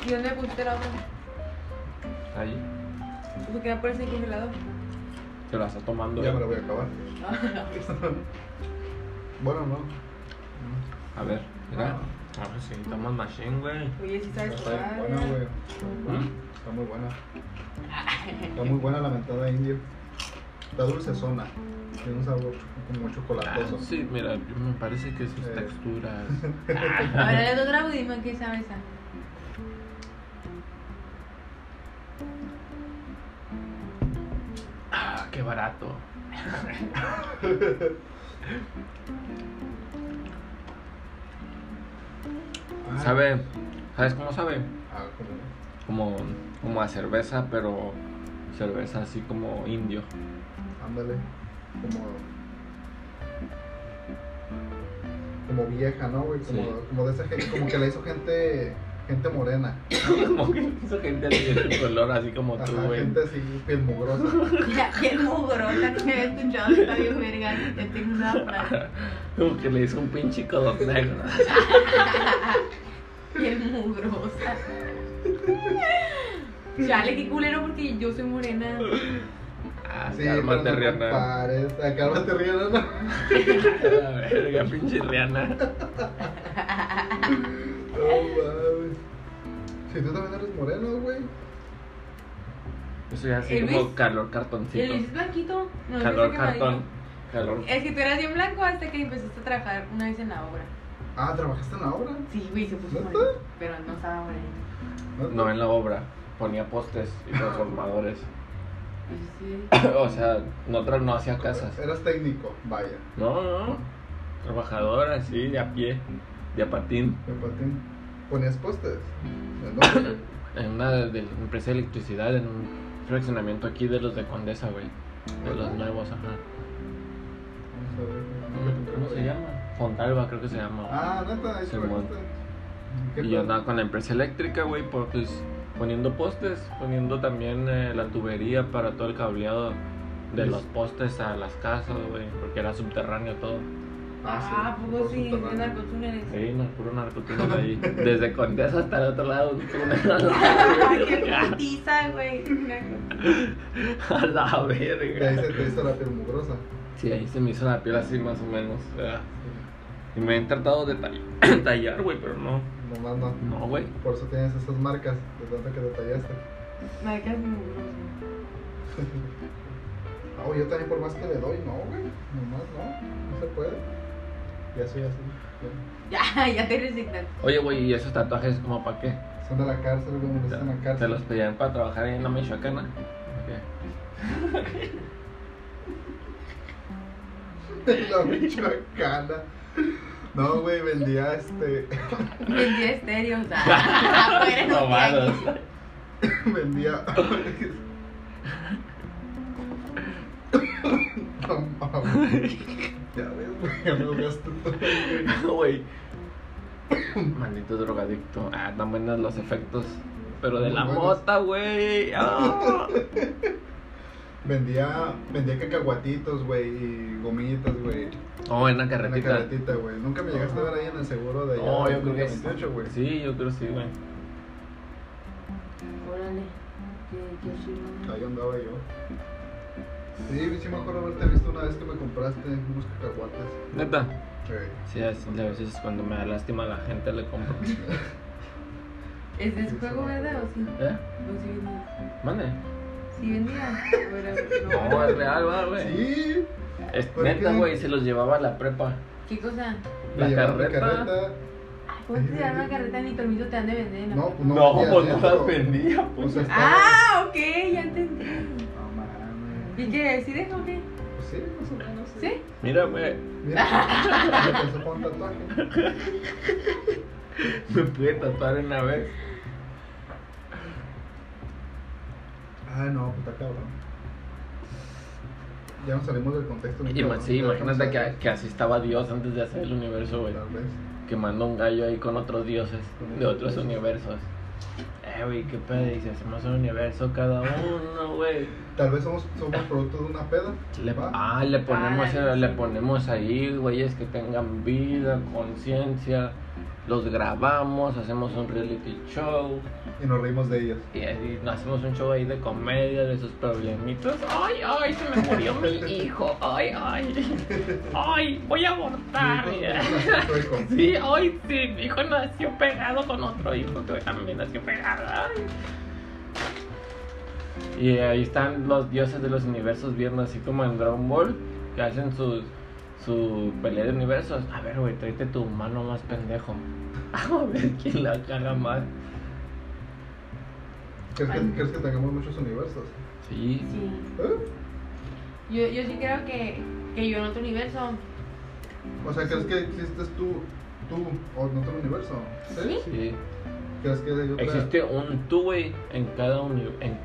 Speaker 3: ¿Y dónde pusiste la otra?
Speaker 1: Ahí.
Speaker 3: Porque era por ese congelador.
Speaker 1: Se la está tomando.
Speaker 2: Ya me la voy a acabar. Bueno, no.
Speaker 1: A ver, mira. Ah, A ver si tomas machine, güey.
Speaker 3: Oye, si sabes
Speaker 2: Está bien
Speaker 3: jugar.
Speaker 2: buena, güey. Está muy buena. Está muy buena la mentada indio. Está dulcezona. Tiene un sabor como chocolatoso.
Speaker 1: Ah, sí, mira, me parece que sus
Speaker 2: Eh.
Speaker 1: texturas.
Speaker 3: Ahora le doy otra y dime qué sabe esa.
Speaker 1: Ah, qué barato.
Speaker 2: Ah,
Speaker 1: ¿Sabe? ¿Sabes cómo sabe?
Speaker 2: Ah, como-
Speaker 1: Como, como a cerveza, pero cerveza así como indio.
Speaker 2: Ándale. Como. como vieja, ¿no, güey? Como,
Speaker 1: Sí.
Speaker 2: como de esa gente, como que la hizo gente, gente morena.
Speaker 1: Como que hizo gente así de tu color, así como tú,
Speaker 2: Ajá,
Speaker 1: güey.
Speaker 2: gente así, piel mugrosa.
Speaker 3: La piel mugrosa que había escuchado está bien verga. Ya tengo una frase.
Speaker 1: Como que le hizo un pinche color negro.
Speaker 3: Piel mugrosa. Chale, qué culero porque yo soy morena.
Speaker 1: Ah,
Speaker 2: Sí,
Speaker 1: cálmate,
Speaker 2: pero no
Speaker 1: Rihanna.
Speaker 2: compares. Ah, Cálmate, Rihanna, no.
Speaker 1: A la verga, pinche Rihanna.
Speaker 2: No mames. Oh, Si tú también eres moreno, güey.
Speaker 1: Yo soy así
Speaker 3: Elvis.
Speaker 1: como calor
Speaker 3: ¿Y el
Speaker 1: cartoncito.
Speaker 3: Luis es blanquito? No,
Speaker 1: Calor
Speaker 3: yo soy quemadito.
Speaker 1: cartón. Calor.
Speaker 3: Es que tú eras bien blanco hasta que empezaste a trabajar una vez en la obra.
Speaker 2: Ah, ¿trabajaste en la obra?
Speaker 3: Sí, güey, se puso
Speaker 2: ¿Neta?
Speaker 3: moreno. Pero no estaba moreno.
Speaker 1: No en la obra. Ponía postes y transformadores.
Speaker 3: Y yo sí.
Speaker 1: o sea, no, tra- no hacía casas.
Speaker 2: Eras técnico, vaya.
Speaker 1: No, no. Trabajador así, de a pie, de a patín.
Speaker 2: Me patín. Ponías postes. ¿En dónde?
Speaker 1: En una de, de empresa de electricidad, en un fraccionamiento aquí de los de Condesa, güey. De los nuevos, ajá.
Speaker 2: Vamos a ver, güey.
Speaker 1: ¿Cómo se llama? Fontalba, creo que se llama. güey.
Speaker 2: Ah, neta, ahí se
Speaker 1: Simón. Y yo andaba con la empresa eléctrica, güey, por- pues, poniendo postes, poniendo también eh, la tubería para todo el cableado de los postes a las casas, güey, porque era subterráneo todo.
Speaker 3: Ah, poco sí, de narcotúneles.
Speaker 1: Sí, no, puro narcotráfico ahí. Desde Condesa hasta el otro lado, un túnel.
Speaker 3: Ay, qué putiza, güey.
Speaker 1: A la
Speaker 2: Y ahí se
Speaker 1: verga.
Speaker 2: te hizo la piel mugrosa.
Speaker 1: Sí, ahí se me hizo la piel así más o menos. ah. Y me han tratado de tall- tallar, güey, pero no.
Speaker 2: Nomás no.
Speaker 1: No, güey.
Speaker 2: Por eso tienes esas marcas de tanto que detallaste.
Speaker 3: Marcas mugrosas.
Speaker 2: No, Ah, yo también por más que le doy, no, güey. Nomás no. No se puede. Ya soy así. ya.
Speaker 3: Ya, ya te resignaste.
Speaker 1: Oye, güey, ¿y esos tatuajes como para qué?
Speaker 2: Son de la cárcel, güey. Me los hacen en la
Speaker 1: ¿Te
Speaker 2: cárcel.
Speaker 1: los pedían para trabajar ahí en la Michoacana? Ok.
Speaker 2: La michoacana. No, güey, vendía este.
Speaker 3: Vendía estéreos. ah, Fuera de
Speaker 1: Robados.
Speaker 3: tianguis.
Speaker 2: Vendía. No mames. Ya ves, güey, ya me gasto todo, güey.
Speaker 1: Güey. Maldito drogadicto. Ah, tan buenos los efectos. Pero de
Speaker 2: Muy
Speaker 1: la
Speaker 2: buenos.
Speaker 1: mota, güey. Ah.
Speaker 2: Vendía, vendía cacahuatitos, güey, y gomitas, güey.
Speaker 1: Oh, en la
Speaker 2: Una
Speaker 1: carretita.
Speaker 2: carretita, güey. Nunca me llegaste a ver ahí en el seguro de allá.
Speaker 1: No,
Speaker 2: del
Speaker 1: yo creo que sí.
Speaker 2: 28, güey.
Speaker 1: Sí, yo creo que sí, güey.
Speaker 3: Órale. Qué- qué chido.
Speaker 2: Ahí andaba yo. Sí, sí me acuerdo haberte visto una vez que me compraste unos cacahuates.
Speaker 1: Neta.
Speaker 2: Güey.
Speaker 1: Sí, así, a veces cuando me da lástima a la gente le compro.
Speaker 3: ¿Es de juego, verdad? ¿O sí?
Speaker 1: ¿Eh?
Speaker 3: ¿O sí vendía?
Speaker 1: Mande.
Speaker 3: Sí vendía. Pero
Speaker 1: No, es real, va, güey.
Speaker 2: Sí,
Speaker 1: Es
Speaker 2: ¿Por
Speaker 1: neta,
Speaker 2: qué?
Speaker 1: güey, se los llevaba a la prepa.
Speaker 3: ¿Qué cosa?
Speaker 2: me
Speaker 1: La
Speaker 2: llevaron la
Speaker 1: carreta.
Speaker 2: carreta.
Speaker 3: Ay, ¿Cómo te dan una carreta ni permiso te han de vender? en la
Speaker 2: No, pues
Speaker 3: puerta?
Speaker 2: no, ya adentro.
Speaker 1: pues vendía, pues.
Speaker 2: O sea, estaba-
Speaker 3: Ah, ok, ya entendí.
Speaker 2: No mames.
Speaker 3: ¿Y qué? ¿Sí dejo o qué?
Speaker 2: Pues sí, más o menos. Sí.
Speaker 3: ¿Sí?
Speaker 1: Mira, güey,
Speaker 2: Mira, me pensó con un tatuaje.
Speaker 1: me pude tatuar una vez.
Speaker 2: Ah, no, puta cabrón. Ya nos salimos del contexto. mi
Speaker 1: Y
Speaker 2: cabrón.
Speaker 1: ma- sí,
Speaker 2: Ya
Speaker 1: imagínate
Speaker 2: estamos
Speaker 1: que,
Speaker 2: ahí.
Speaker 1: que así estaba Dios antes de hacer el universo, güey.
Speaker 2: Tal vez.
Speaker 1: Quemando un gallo ahí con otros dioses de otros universos. Eh, güey, qué pedo. Y si hacemos un universo cada uno, güey.
Speaker 2: Tal vez somos, somos producto de una peda.
Speaker 1: Le-
Speaker 2: ¿va?
Speaker 1: ah, le ponemos,
Speaker 3: Ah,
Speaker 1: le
Speaker 3: sí.
Speaker 1: ponemos ahí, güeyes que tengan vida, conciencia. Los grabamos, hacemos un reality show.
Speaker 2: Y nos reímos de ellos.
Speaker 1: Y así nos hacemos un show ahí de comedia, de sus problemitos. Ay, ay, se me murió mi hijo. Ay, ay. Ay, voy a
Speaker 2: Ah,
Speaker 1: abortar.
Speaker 2: pues, Sueco.
Speaker 1: Sí, ay, sí, mi hijo nació pegado con otro hijo que también nació pegado. ay. Y ahí están los dioses de los universos viendo así como en Dragon Ball, que hacen su, su pelea de universos. A ver, güey, tráete tu mano más pendejo. A ver quién la caga más.
Speaker 2: ¿Crees que, ¿Crees que tengamos muchos universos?
Speaker 1: Sí,
Speaker 3: Sí.
Speaker 2: ¿Eh?
Speaker 3: Yo, yo sí creo que, que yo en otro universo.
Speaker 2: O sea, ¿crees que existes tú, tú o en otro universo? ¿Sí?
Speaker 1: sí.
Speaker 2: ¿Crees que hay otra?
Speaker 1: Existe un tú, güey, en cada uni- en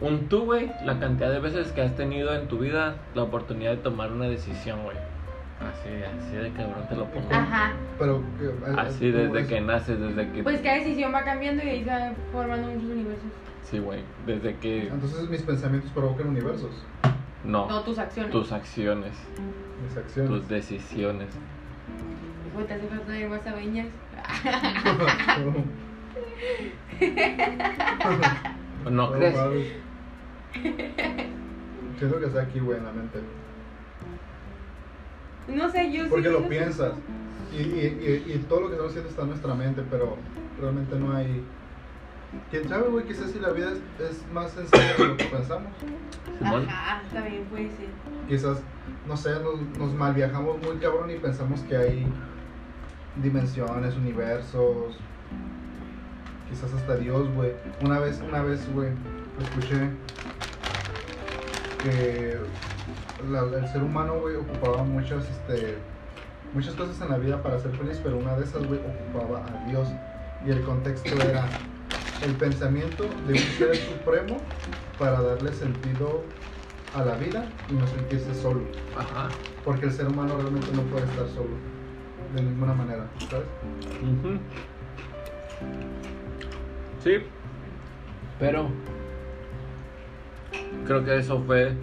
Speaker 1: Un tú, güey, la cantidad de veces que has tenido en tu vida la oportunidad de tomar una decisión, güey. Así, así de cabrón te lo pongo.
Speaker 3: Ajá.
Speaker 2: Pero. eh, que-
Speaker 1: Así
Speaker 2: ¿cómo
Speaker 1: desde
Speaker 2: es?
Speaker 1: que naces, desde que...
Speaker 3: Pues cada decisión va cambiando y ahí se van formando muchos universos.
Speaker 1: Sí, güey. Desde que...
Speaker 2: Entonces mis pensamientos provocan universos.
Speaker 3: No,
Speaker 1: No.
Speaker 3: tus acciones.
Speaker 1: Tus acciones,
Speaker 2: Mis acciones.
Speaker 1: tus decisiones.
Speaker 3: Hijo, te hace falta de WhatsApp, Viñas.
Speaker 1: Pues, pues, ¿No crees?
Speaker 2: mames. Siento que está aquí, güey, en la mente.
Speaker 3: No sé, yo sí
Speaker 2: Porque lo
Speaker 3: no sé.
Speaker 2: piensas. Y, y- y- y todo lo que estamos haciendo está en nuestra mente, pero realmente no hay. Quién sabe, güey, quizás si la vida es, es más sencilla de lo que pensamos.
Speaker 1: Simón.
Speaker 3: Ajá, también puede ser.
Speaker 2: Quizás, no sé, nos, nos malviajamos muy cabrón y pensamos que hay dimensiones, universos. Quizás hasta Dios, güey. Una vez, una vez, güey, escuché que la- el ser humano, güey, ocupaba muchas, este, muchas cosas en la vida para ser feliz, pero una de esas, güey, ocupaba a Dios. Y el contexto era el pensamiento de un ser supremo para darle sentido a la vida y no sentirse solo.
Speaker 1: Ajá.
Speaker 2: Porque el ser humano realmente no puede estar solo de ninguna manera, ¿sabes?
Speaker 1: Ujú. Sí. Pero creo que eso fue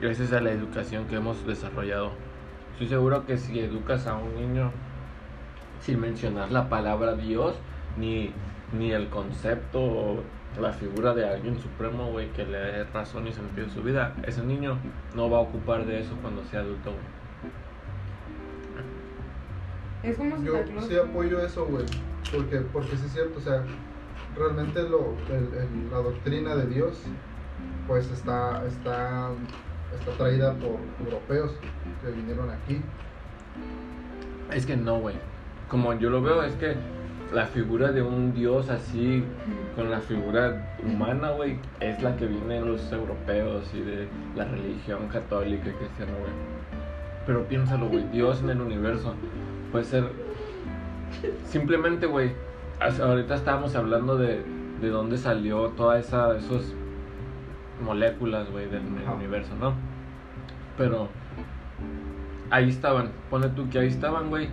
Speaker 1: gracias a la educación que hemos desarrollado. Estoy seguro que si educas a un niño sin mencionar la palabra Dios, ni, ni el concepto o la figura de alguien supremo, güey, que le dé razón y sentido a su vida, ese niño no va a ocupar de eso cuando sea adulto, güey.
Speaker 3: Es como
Speaker 2: Yo
Speaker 3: Santa Claus.
Speaker 2: sí apoyo eso, güey. Porque, porque sí es cierto, o sea, realmente lo, el- el- la doctrina de Dios, pues está, está, está traída por europeos que vinieron aquí.
Speaker 1: Es que no, güey. Como yo lo veo, es que la figura de un dios así, con la figura humana, güey, es la que viene de los europeos y de la religión católica y cristiana, güey. Pero piénsalo, güey, Dios en el universo puede ser. Simplemente, güey, hace- ahorita estábamos hablando de, de dónde salió toda esa esas moléculas, güey, del
Speaker 2: Ajá.
Speaker 1: universo, ¿no? Pero ahí estaban, pone tú que ahí estaban, güey.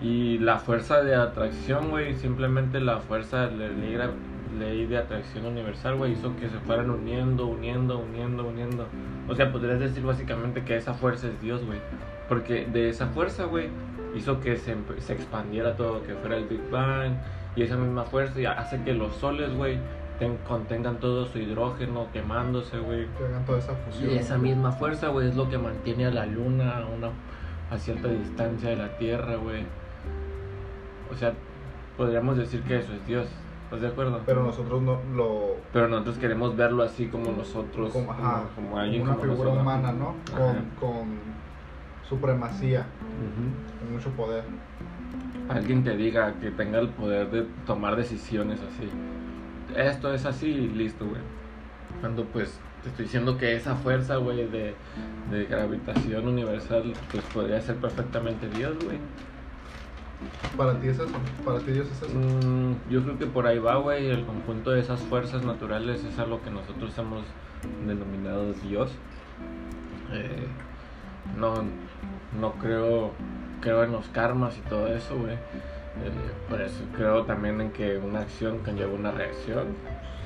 Speaker 1: Y la fuerza de atracción, güey, simplemente la fuerza de la ley, gra- ley de atracción universal, güey, hizo que se fueran uniendo, uniendo, uniendo, uniendo. O sea, podrías decir básicamente que esa fuerza es Dios, güey. Porque de esa fuerza, güey, hizo que se, empe- se expandiera todo, que fuera el Big Bang. Y esa misma fuerza ya hace que los soles, güey, ten- contengan todo su hidrógeno quemándose, güey.
Speaker 2: Que hagan toda esa fusión.
Speaker 1: Y esa misma fuerza, güey, es lo que mantiene a la luna a, una, a cierta distancia de la Tierra, güey. O sea, podríamos decir que eso es Dios. ¿Estás de acuerdo?
Speaker 2: Pero nosotros no lo.
Speaker 1: Pero nosotros queremos verlo así como nosotros,
Speaker 2: Como, ajá,
Speaker 1: como, como alguien
Speaker 2: una
Speaker 1: como
Speaker 2: figura
Speaker 1: nosotros.
Speaker 2: humana, ¿no?
Speaker 1: Ajá.
Speaker 2: Con, con supremacía,
Speaker 1: Ujú.
Speaker 2: con mucho poder.
Speaker 1: Alguien que diga que tenga el poder de tomar decisiones así. Esto es así y listo, güey. Cuando pues te estoy diciendo que esa fuerza, güey, de, de gravitación universal, pues podría ser perfectamente Dios, güey.
Speaker 2: Para ti es eso, para ti Dios es eso.
Speaker 1: Mm, yo creo que por ahí va, güey. El conjunto de esas fuerzas naturales es a lo que nosotros hemos denominado Dios. Eh, no, no creo, creo en los karmas y todo eso, güey. Eh, por eso creo también en que una acción conlleva una reacción.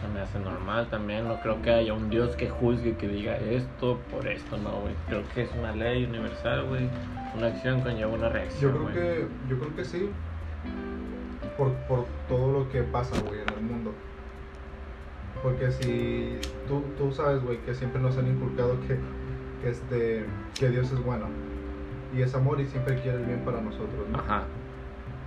Speaker 1: Se me hace normal también. No creo que haya un Dios que juzgue, que diga esto por esto, no, güey. Creo que es una ley universal, güey. Una acción conlleva una
Speaker 2: Yo
Speaker 1: reacción,
Speaker 2: creo
Speaker 1: güey.
Speaker 2: que, yo creo que sí. Por, por todo lo que pasa, güey, en el mundo. Porque si tú, tú sabes, güey, que siempre nos han inculcado que, que este, que Dios es bueno. Y es amor y siempre quiere el bien para nosotros, ¿no?
Speaker 1: Ajá.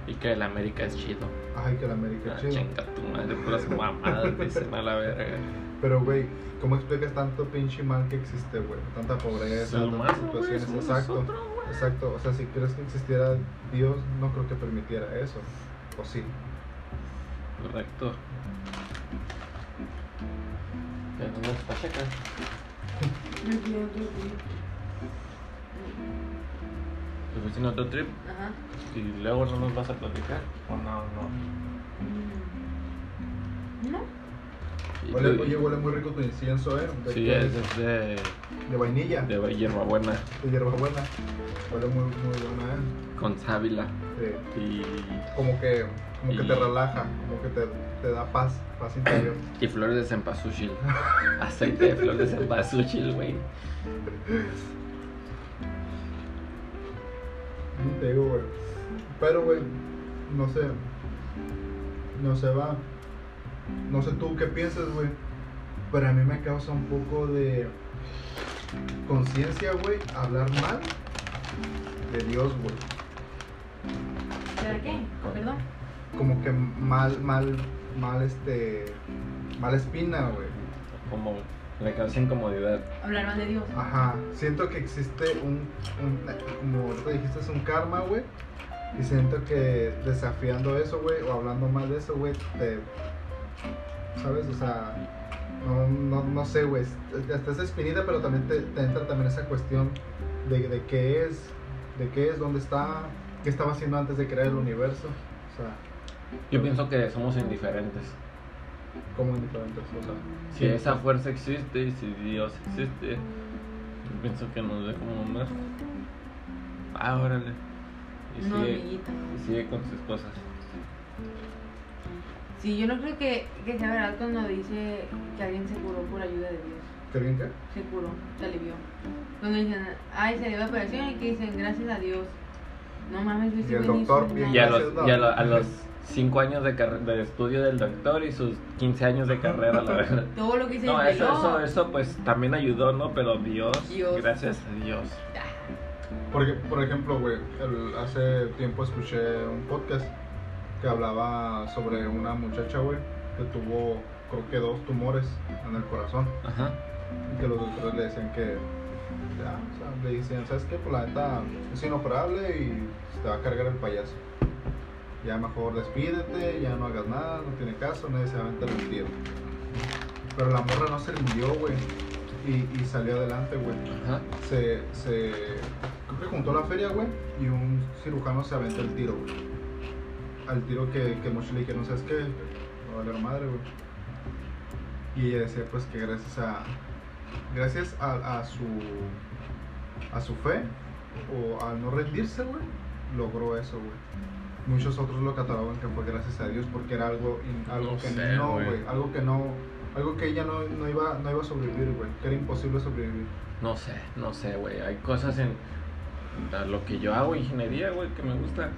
Speaker 1: Y que el América es chido.
Speaker 2: Ay, que la América
Speaker 1: Ah,
Speaker 2: es chido.
Speaker 1: chinga tu madre, puras mamadas, dicen a la verga.
Speaker 2: Pero, güey, ¿cómo explicas tanto pinche mal que existe, güey? Tanta pobreza,
Speaker 1: Ser humano,
Speaker 2: tantas
Speaker 1: güey,
Speaker 2: situaciones.
Speaker 1: somos
Speaker 2: Exacto,
Speaker 1: nosotros, güey.
Speaker 2: exacto. O sea, si crees que existiera Dios, no creo que permitiera eso. O sí.
Speaker 1: Correcto. Pero no está acá.
Speaker 3: No quiero otro tío.
Speaker 1: Te fuiste en Pues otro trip
Speaker 3: Ajá.
Speaker 1: y luego no nos vas a platicar. O no, no.
Speaker 3: Mm. No.
Speaker 1: Y
Speaker 2: Huele, oye, huele muy rico tu incienso, ¿eh? De,
Speaker 1: Sí, es, es de,
Speaker 2: de vainilla, de,
Speaker 1: de hierbabuena
Speaker 2: hierbabuena. Huele muy, muy buena, ¿eh?
Speaker 1: con sábila
Speaker 2: Eh,
Speaker 1: y,
Speaker 2: como que, como que
Speaker 1: Y-
Speaker 2: te relaja, como que te, te da paz, paz interior.
Speaker 1: y flores de cempasúchil. Aceite de flores de cempasúchil, güey.
Speaker 2: Mm, Te digo, güey. Pero, güey, no sé. No se va. No sé tú qué piensas, güey. Pero a mí me causa un poco de conciencia, güey, hablar mal de Dios, güey.
Speaker 3: ¿Pero qué? Perdón.
Speaker 2: Como que mal, mal, mal, este. Mal espina, güey.
Speaker 1: Como le causa incomodidad.
Speaker 3: Hablar mal de Dios.
Speaker 2: Ajá. Siento que existe un. un- como ahorita dijiste, es un karma, güey. Y siento que desafiando eso, güey, o hablando mal de eso, güey, te. ¿Sabes? O sea. No, no, no sé, güey. Hasta esa espinita, pero también te, te entra también esa cuestión de, de qué es, de qué es, dónde está, qué estaba haciendo antes de crear el universo. O sea,
Speaker 1: Yo pienso que somos indiferentes.
Speaker 2: como indiferentes.
Speaker 1: O
Speaker 2: o
Speaker 1: sea,
Speaker 2: sea.
Speaker 1: si esa fuerza existe y si Dios existe, yo pienso que nos ve como más. Ah, órale. Y
Speaker 3: No,
Speaker 1: sigue,
Speaker 3: amiguita.
Speaker 1: y sigue con sus cosas.
Speaker 3: Sí, yo no creo que, que sea verdad cuando dice que alguien se curó por ayuda de Dios.
Speaker 2: ¿Te bien qué?
Speaker 3: Se curó, se alivió. Cuando dicen, ay, se dio la operación y que dicen, gracias a Dios. No mames, yo
Speaker 2: Y
Speaker 3: estoy
Speaker 2: el doctor, bien.
Speaker 1: Y a
Speaker 2: Gracias,
Speaker 1: los,
Speaker 2: no.
Speaker 1: y a lo- a los 5 años de, carre- de estudio del doctor y sus 15 años de carrera, la verdad.
Speaker 3: Todo lo que hice
Speaker 1: No,
Speaker 3: es
Speaker 1: eso, eso, eso pues también ayudó, ¿no? Pero Dios,
Speaker 3: Dios.
Speaker 1: gracias a Dios.
Speaker 3: Ah,
Speaker 2: Porque, por ejemplo, güey, el- hace tiempo escuché un podcast que hablaba sobre una muchacha, güey, que tuvo, creo que dos tumores en el corazón.
Speaker 1: Ajá.
Speaker 2: Y que los doctores le decían que, ya, o sea, le decían, ¿sabes qué? Pues la neta es inoperable y se te va a cargar el payaso. Ya mejor despídete, ya no hagas nada, no tiene caso, nadie se va a aventar un tiro. Pero la morra no se rindió, güey, y, y salió adelante, güey
Speaker 1: Ajá.
Speaker 2: se, se creo que juntó la feria, güey, y un cirujano se aventó el tiro, güey. Al tiro que, que muchos le dijeron, ¿sabes qué? No vale la madre, güey. Y ella decía, pues, que gracias a, gracias a, a su, a su fe, o al no rendirse, güey, logró eso, güey. Muchos otros lo catalogan que fue gracias a Dios porque era algo, in- algo
Speaker 1: No
Speaker 2: que
Speaker 1: sé,
Speaker 2: no,
Speaker 1: güey.
Speaker 2: güey, algo que no, algo que ella no, no iba, no iba a sobrevivir, güey, que era imposible sobrevivir.
Speaker 1: No sé, no sé, güey. Hay cosas en a lo que yo hago, ingeniería, güey, que me gusta.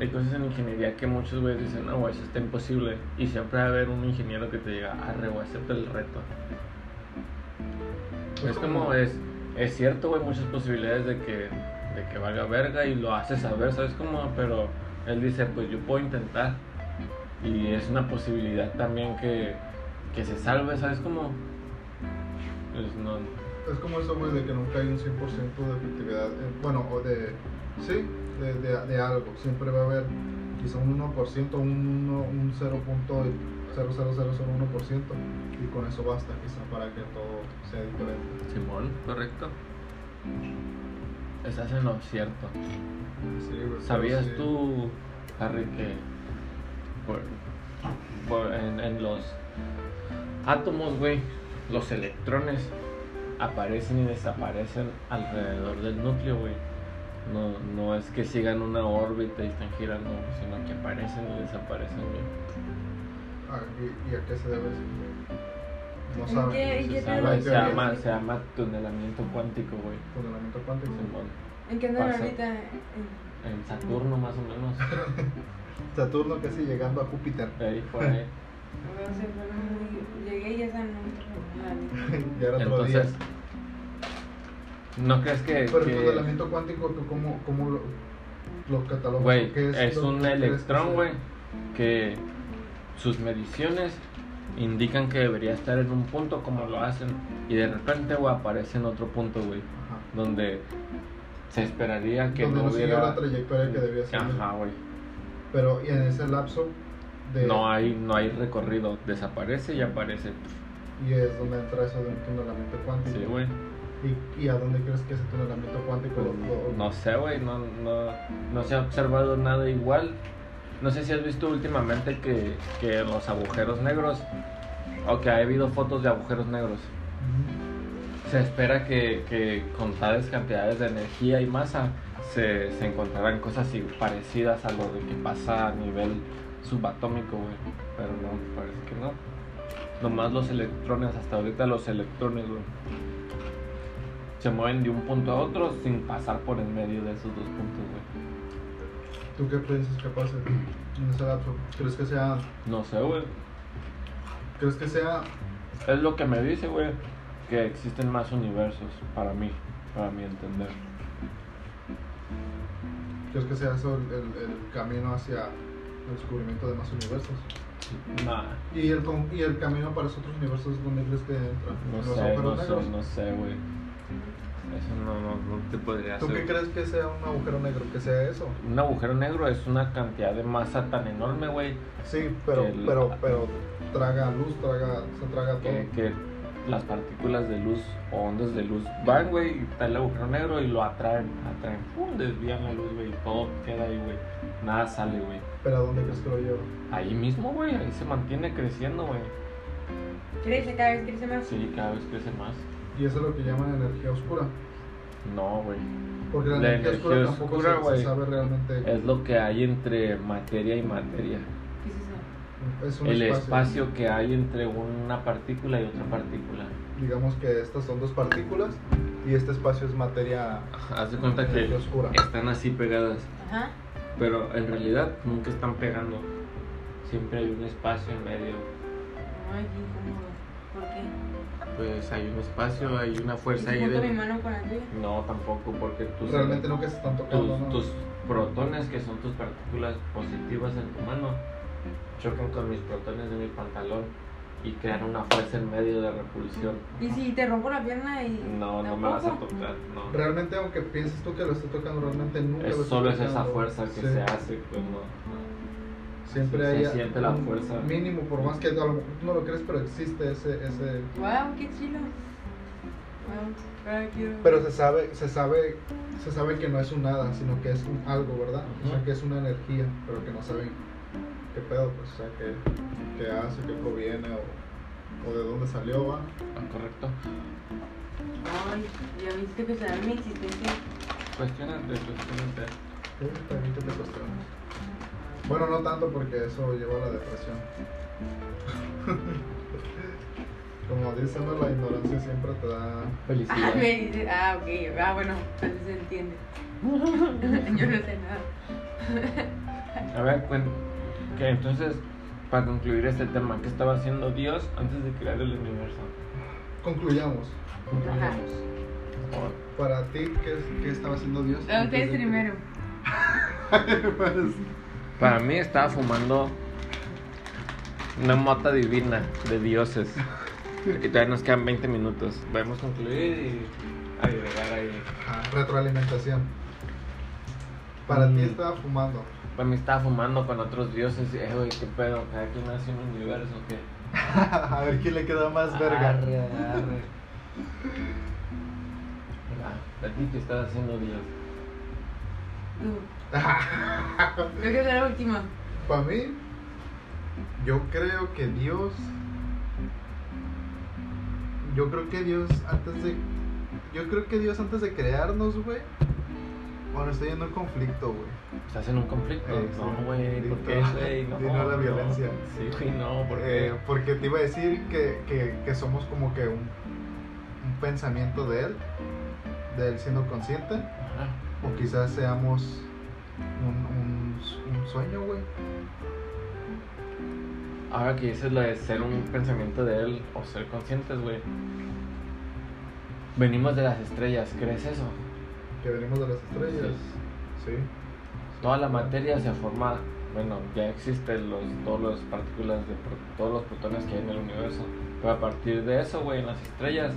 Speaker 1: Hay cosas en ingeniería que muchos güeyes dicen, no, güey, eso está imposible. Y siempre va a haber un ingeniero que te diga, arre, güey, acepta el reto. Es como, es, es cierto, güey, muchas posibilidades de que, de que valga verga y lo hace saber, ¿sabes cómo? Pero él dice, pues yo puedo intentar. Y es una posibilidad también que, que se salve, ¿sabes cómo? Pues no,
Speaker 2: Es como eso, güey, de que nunca hay un 100% de efectividad. eh, bueno, o de. Sí, de, de, de algo. Siempre va a haber quizá un 1%, un, uno- un 0.00001%. Y con eso basta, quizá, para que todo sea diferente.
Speaker 1: Simón, correcto. Estás en lo cierto.
Speaker 2: Sí, güey, pero
Speaker 1: ¿Sabías
Speaker 2: sí.
Speaker 1: tú, Harry, que por- por- en, en los átomos, güey, los electrones aparecen y desaparecen alrededor del núcleo, güey? No, no es que sigan una órbita y están girando, sino que aparecen y desaparecen, güey.
Speaker 2: Ah, ¿y, y a qué se debe eso? No
Speaker 4: ¿En
Speaker 2: sabes.
Speaker 4: qué- en
Speaker 1: Se,
Speaker 4: qué
Speaker 1: sabe-
Speaker 2: teoría?
Speaker 1: se llama, se llama tunelamiento cuántico, güey.
Speaker 2: Funcionamiento cuántico.
Speaker 1: Simón.
Speaker 4: ¿En qué andan
Speaker 1: Pasa.
Speaker 4: ahorita?
Speaker 1: En Saturno, más o menos.
Speaker 2: Saturno casi llegando a Júpiter.
Speaker 1: Ahí por ahí.
Speaker 4: No sé, muy... Llegué y ya están muy...
Speaker 2: y ahora otro día.
Speaker 1: Entonces, ¿no crees que,
Speaker 2: Pero el
Speaker 1: que-
Speaker 2: funcionamiento cuántico, ¿tú cómo, cómo lo, lo catalogas?
Speaker 1: güey,
Speaker 2: ¿Qué
Speaker 1: es,
Speaker 2: lo
Speaker 1: un
Speaker 2: que crees que
Speaker 1: electrón,
Speaker 2: sea?
Speaker 1: güey, que sus mediciones indican que debería estar en un punto como lo hacen y de repente, güey, aparece en otro punto, güey,
Speaker 2: Ajá.
Speaker 1: donde se esperaría que
Speaker 2: donde
Speaker 1: no
Speaker 2: no siguió
Speaker 1: hubiera
Speaker 2: la trayectoria que debía ser.
Speaker 1: Ajá, güey.
Speaker 2: Pero y en ese lapso de,
Speaker 1: No hay no hay recorrido, desaparece y aparece. pues,
Speaker 2: y es donde entra eso de un tunelamiento cuántico.
Speaker 1: Sí, güey.
Speaker 2: ¿Y, y a dónde crees que ese tunelamiento cuántico lo- lo-
Speaker 1: Pues, No sé, güey, no, no, no se ha observado nada igual. No sé si has visto últimamente que, que los agujeros negros o que ha habido fotos de agujeros negros. Se espera que, que con tales cantidades de energía y masa se, se encontrarán cosas así parecidas a lo de que pasa a nivel subatómico, güey. Pero no, parece que no. Nomás los electrones, hasta ahorita los electrones, güey, se mueven de un punto a otro sin pasar por en medio de esos dos puntos, güey.
Speaker 2: ¿Tú qué piensas que pase en ese lapso? ¿Crees que sea,
Speaker 1: No sé, güey.
Speaker 2: crees que sea
Speaker 1: Es lo que me dice, güey, que existen más universos para mí, para mi entender.
Speaker 2: ¿Crees que sea eso el, el- el camino hacia el descubrimiento de más universos?
Speaker 1: Nah,
Speaker 2: ¿Y el, com- y el camino para esos otros universos dónde crees que entra?
Speaker 1: no
Speaker 2: ¿Los
Speaker 1: sé,
Speaker 2: agujeros
Speaker 1: no
Speaker 2: negros?
Speaker 1: sé, no sé, güey. Eso no, no, no te podría
Speaker 2: ¿Tú qué crees que sea un agujero negro? ¿Que sea eso?
Speaker 1: Un agujero negro es una cantidad de masa tan enorme, güey,
Speaker 2: Sí, pero,
Speaker 1: El-
Speaker 2: pero, pero traga luz, traga, se traga todo.
Speaker 1: que, que las partículas de luz o ondas de luz van, güey, y está el agujero negro y lo atraen, atraen, pum, desvían la luz, güey, y todo queda ahí, güey. Nada sale, güey.
Speaker 2: ¿Pero a dónde crees que lo lleva?
Speaker 1: Ahí mismo, güey, ahí se mantiene creciendo, güey.
Speaker 4: Crece, cada vez crece más.
Speaker 1: Sí, cada vez crece más.
Speaker 2: Y eso es lo que llaman energía oscura.
Speaker 1: No, güey.
Speaker 2: Porque la,
Speaker 1: La
Speaker 2: energía oscura
Speaker 1: energía
Speaker 2: tampoco
Speaker 1: oscura,
Speaker 2: se- se,
Speaker 1: güey.
Speaker 2: sabe realmente.
Speaker 1: Es lo que hay entre materia y materia.
Speaker 4: ¿Qué es eso?
Speaker 2: Es un
Speaker 1: El espacio que hay entre una partícula y otra partícula.
Speaker 2: Digamos que estas son dos partículas y este espacio es materia
Speaker 1: Haz de cuenta que
Speaker 2: energía oscura.
Speaker 1: están así pegadas,
Speaker 4: Ajá.
Speaker 1: pero en realidad nunca están pegando. Siempre hay un espacio en medio.
Speaker 4: Ay, qué incómodo. ¿Por qué?
Speaker 1: Pues hay un espacio, hay una fuerza
Speaker 4: ¿Y
Speaker 1: Pues ahí
Speaker 4: si junto mi
Speaker 1: de...
Speaker 4: mano con la tuya?
Speaker 1: No, tampoco, porque tus,
Speaker 2: Realmente nunca se están tocando,
Speaker 1: tus,
Speaker 2: ¿no?
Speaker 1: tus protones, que son tus partículas positivas en tu mano, chocan con mis protones de mi pantalón y crean una fuerza en medio de repulsión.
Speaker 4: ¿Y si te rompo la pierna y.?
Speaker 1: No, no me vas a
Speaker 4: ¿Tampoco?
Speaker 1: tocar, no.
Speaker 2: Realmente, aunque pienses tú que lo estás tocando, realmente nunca
Speaker 1: Es-
Speaker 2: lo estás
Speaker 1: solo es esa
Speaker 2: tocando.
Speaker 1: fuerza que
Speaker 2: Sí.
Speaker 1: se hace pues, cuando
Speaker 2: Siempre
Speaker 1: se
Speaker 2: hay
Speaker 1: siente la
Speaker 2: un
Speaker 1: fuerza.
Speaker 2: Mínimo, por más que a lo mejor tú no lo crees, pero existe ese. ese
Speaker 4: ¡Wow! ¡Qué chilo! ¡Wow! Ahora quiero.
Speaker 2: pero se sabe, se sabe, se sabe que no es un nada, sino que es un algo, ¿verdad? O sea,
Speaker 1: Ujú.
Speaker 2: que es una energía, pero que no saben qué pedo, pues, o sea, qué, qué hace, qué proviene o, o de dónde salió, ¿va?
Speaker 1: Ah, correcto.
Speaker 4: Ay, ya me hiciste cuestionar mi existencia.
Speaker 1: Cuestionante, cuestionante.
Speaker 2: Sí, también te cuestionas. Bueno, no tanto porque eso llevó a la depresión. Como dicen, ¿no? la ignorancia siempre te da.
Speaker 4: Ah,
Speaker 1: Felicidad.
Speaker 4: me dice. Ah, ok. Ah, bueno, entonces se entiende. Yo no sé nada.
Speaker 1: A ver, cuen- que entonces, para concluir este tema, ¿qué estaba haciendo Dios antes de crear el universo?
Speaker 2: Concluyamos.
Speaker 4: Ajá.
Speaker 2: Concluyamos.
Speaker 1: Oh,
Speaker 2: Para ti, ¿qué, es- qué estaba haciendo Dios?
Speaker 3: Ah,
Speaker 4: A ustedes primero.
Speaker 2: Pues,
Speaker 1: Para mí estaba fumando una mota divina de dioses. Y todavía nos quedan 20 minutos. Podemos concluir y agregar ahí.
Speaker 2: ajá, retroalimentación. Para ti
Speaker 1: Mm.
Speaker 2: estaba fumando.
Speaker 1: Pues me estaba fumando con otros dioses. Eh, güey, qué pedo, cada quien hace un universo, ¿qué?
Speaker 2: a ver quién le queda más
Speaker 1: Ah,
Speaker 2: verga.
Speaker 1: Arre, arre. Ah, ¿A ti qué estás haciendo, Dios?
Speaker 4: Tú. Yo quiero ser la última.
Speaker 2: Para mí, yo creo que Dios. Yo creo que Dios antes de. Yo creo que Dios antes de crearnos, güey. Bueno, estoy en un conflicto, güey.
Speaker 1: ¿Estás en un conflicto?
Speaker 2: Eh, sí.
Speaker 1: no, güey, ¿por qué,
Speaker 2: Dito-
Speaker 1: güey? No,
Speaker 2: dino a la
Speaker 1: no.
Speaker 2: violencia.
Speaker 1: Sí, güey, no, ¿por qué?
Speaker 2: Eh, porque te iba a decir que, que, que somos como que un, un pensamiento de Él, de Él siendo consciente.
Speaker 1: Ajá.
Speaker 2: O quizás seamos un, un- un sueño, güey.
Speaker 1: Ahora que dices lo de ser un pensamiento de él o ser conscientes, güey. Venimos de las estrellas, ¿crees eso?
Speaker 2: Que venimos de las estrellas. Sí.
Speaker 1: Toda la materia se forma, bueno, ya existen los, todos los partículas de pro- todos los protones que hay en el universo, pero a partir de eso, güey, en las estrellas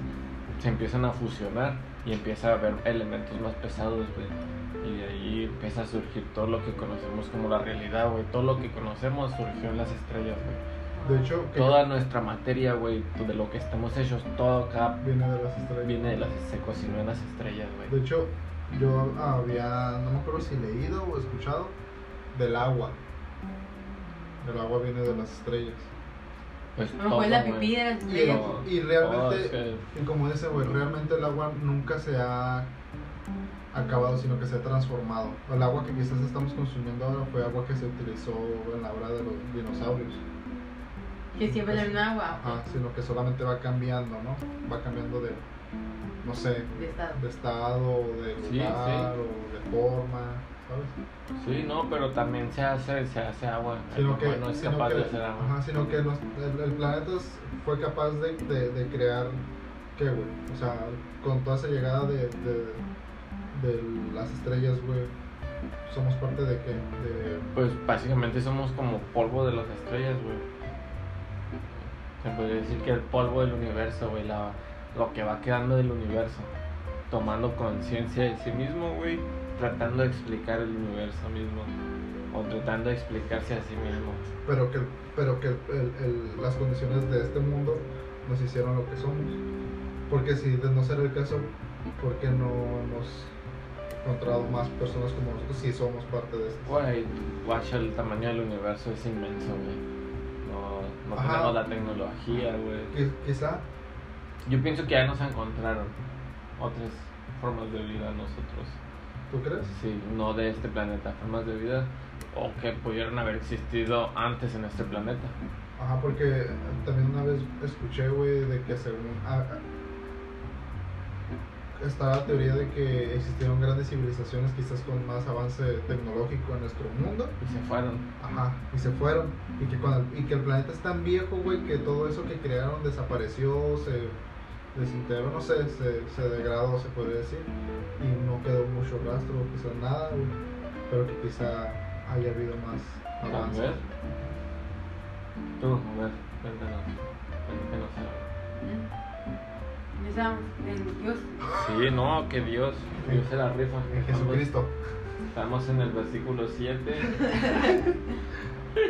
Speaker 1: se empiezan a fusionar y empieza a haber elementos más pesados, güey. Y de ahí empieza a surgir todo lo que conocemos como la realidad, güey. Todo lo que conocemos surgió en las estrellas, güey.
Speaker 2: De hecho, que
Speaker 1: Toda nuestra materia, güey, de lo que estamos hechos, todo acá
Speaker 2: viene de las estrellas.
Speaker 1: viene de las, se cocinó en las estrellas,
Speaker 2: De
Speaker 1: güey.
Speaker 2: hecho, yo había, no me acuerdo si leído o escuchado, del agua. El agua viene de las estrellas.
Speaker 1: Pues
Speaker 3: A lo mejor es la
Speaker 1: todo,
Speaker 3: pipí
Speaker 1: güey.
Speaker 3: de las
Speaker 2: Y,
Speaker 3: estrellas.
Speaker 1: No,
Speaker 2: y
Speaker 1: no, es
Speaker 2: realmente,
Speaker 1: que-
Speaker 2: y como dice, güey, realmente el agua nunca se ha acabado, sino que se ha transformado. El agua que quizás estamos consumiendo ahora fue agua que se utilizó en la hora de los dinosaurios. Pues,
Speaker 3: Que siempre le dan agua
Speaker 2: Ajá, sino que solamente va cambiando, ¿no? Va cambiando de, no sé,
Speaker 3: de estado.
Speaker 2: de estado, de
Speaker 1: Sí,
Speaker 2: lugar o de forma, ¿sabes?
Speaker 1: Sí, no, pero también se hace, se hace agua. El
Speaker 2: Sino que,
Speaker 1: humano es
Speaker 2: sino
Speaker 1: capaz
Speaker 2: que-
Speaker 1: de hacer agua.
Speaker 2: ajá, sino que los- el, el planeta es- fue capaz de, de- de crear, ¿qué, güey? O sea, con toda esa llegada de, de- de las estrellas, güey, somos parte de qué? De,
Speaker 1: Pues básicamente somos como polvo de las estrellas, güey. Se podría decir que el polvo del universo, güey, la- lo que va quedando del universo. Tomando conciencia de sí mismo, güey. Tratando de explicar el universo mismo. O tratando de explicarse a sí mismo.
Speaker 2: pero que, pero que el- el- las condiciones de este mundo nos hicieron lo que somos. Porque si de no ser el caso, ¿por qué no hemos encontrado más personas como nosotros si somos parte de esto?
Speaker 1: Güey, guacha, el tamaño del universo es inmenso, güey. No, no
Speaker 2: Ajá.
Speaker 1: tenemos la tecnología, güey.
Speaker 2: Qui- Quizá
Speaker 1: Yo pienso que ya nos encontraron otras formas de vida nosotros.
Speaker 2: ¿Tú crees?
Speaker 1: Sí, no de este planeta, formas de vida o que pudieron haber existido antes en este planeta.
Speaker 2: Ajá, porque también una vez escuché, güey, de que según... ah, ah, está la teoría de que existieron grandes civilizaciones quizás con más avance tecnológico en nuestro mundo.
Speaker 1: Y se fueron.
Speaker 2: Ajá, y se fueron. Y que, cuando, y que el planeta es tan viejo, güey, que todo eso que crearon desapareció, se desintegró, no sé, se, se degradó, se podría decir. Y no quedó mucho rastro, quizás nada, güey. Pero que quizá haya habido más
Speaker 1: Tal
Speaker 2: avance.
Speaker 1: vez. Tú, a ver, cuéntanos. Cuéntanos algo.
Speaker 3: ¿Mm?
Speaker 4: Esa, el Dios.
Speaker 1: Sí, no, que Dios, Dios se la rifa.
Speaker 2: En Jesucristo.
Speaker 1: Estamos en el versículo 7.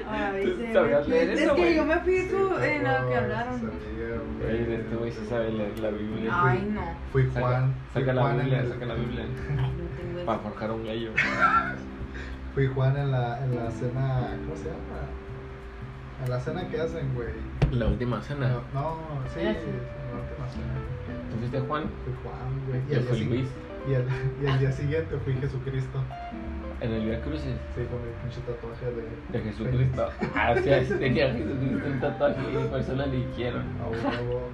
Speaker 4: Ahora
Speaker 1: Tú
Speaker 4: dice,
Speaker 1: sabías leer
Speaker 4: es
Speaker 1: eso,
Speaker 4: que
Speaker 1: güey.
Speaker 4: yo me fui tú
Speaker 2: Sí,
Speaker 4: en lo que
Speaker 2: no,
Speaker 4: hablaron.
Speaker 2: sabía, güey.
Speaker 1: Güey, este güey sí sabe leer la Biblia.
Speaker 4: Ay, no.
Speaker 2: Fui
Speaker 1: Saca-
Speaker 2: Juan. fui
Speaker 1: Saca la
Speaker 2: Juan en
Speaker 1: Biblia,
Speaker 2: el-
Speaker 1: saca la Biblia.
Speaker 4: Ay, no tengo
Speaker 1: Para
Speaker 4: eso.
Speaker 1: forjar un gallo.
Speaker 2: Fui Juan en la, en la cena. ¿Cómo se llama? En la cena que hacen, güey.
Speaker 1: La última cena.
Speaker 2: No, no, sí,
Speaker 3: Ah, sí.
Speaker 2: en la última cena.
Speaker 1: ¿Tú fuiste Juan?
Speaker 2: Fui Juan, güey. Y
Speaker 1: Yo
Speaker 2: al día
Speaker 1: fui
Speaker 2: si-
Speaker 1: Luis.
Speaker 2: Y al, y al día siguiente fui Jesucristo.
Speaker 1: En el Via Cruces.
Speaker 2: Sí, con mi pinche tatuaje de.
Speaker 1: De Jesucristo. Así es, ah, tenía a Jesucristo un tatuaje y por eso lo eligieron.
Speaker 2: A huevo.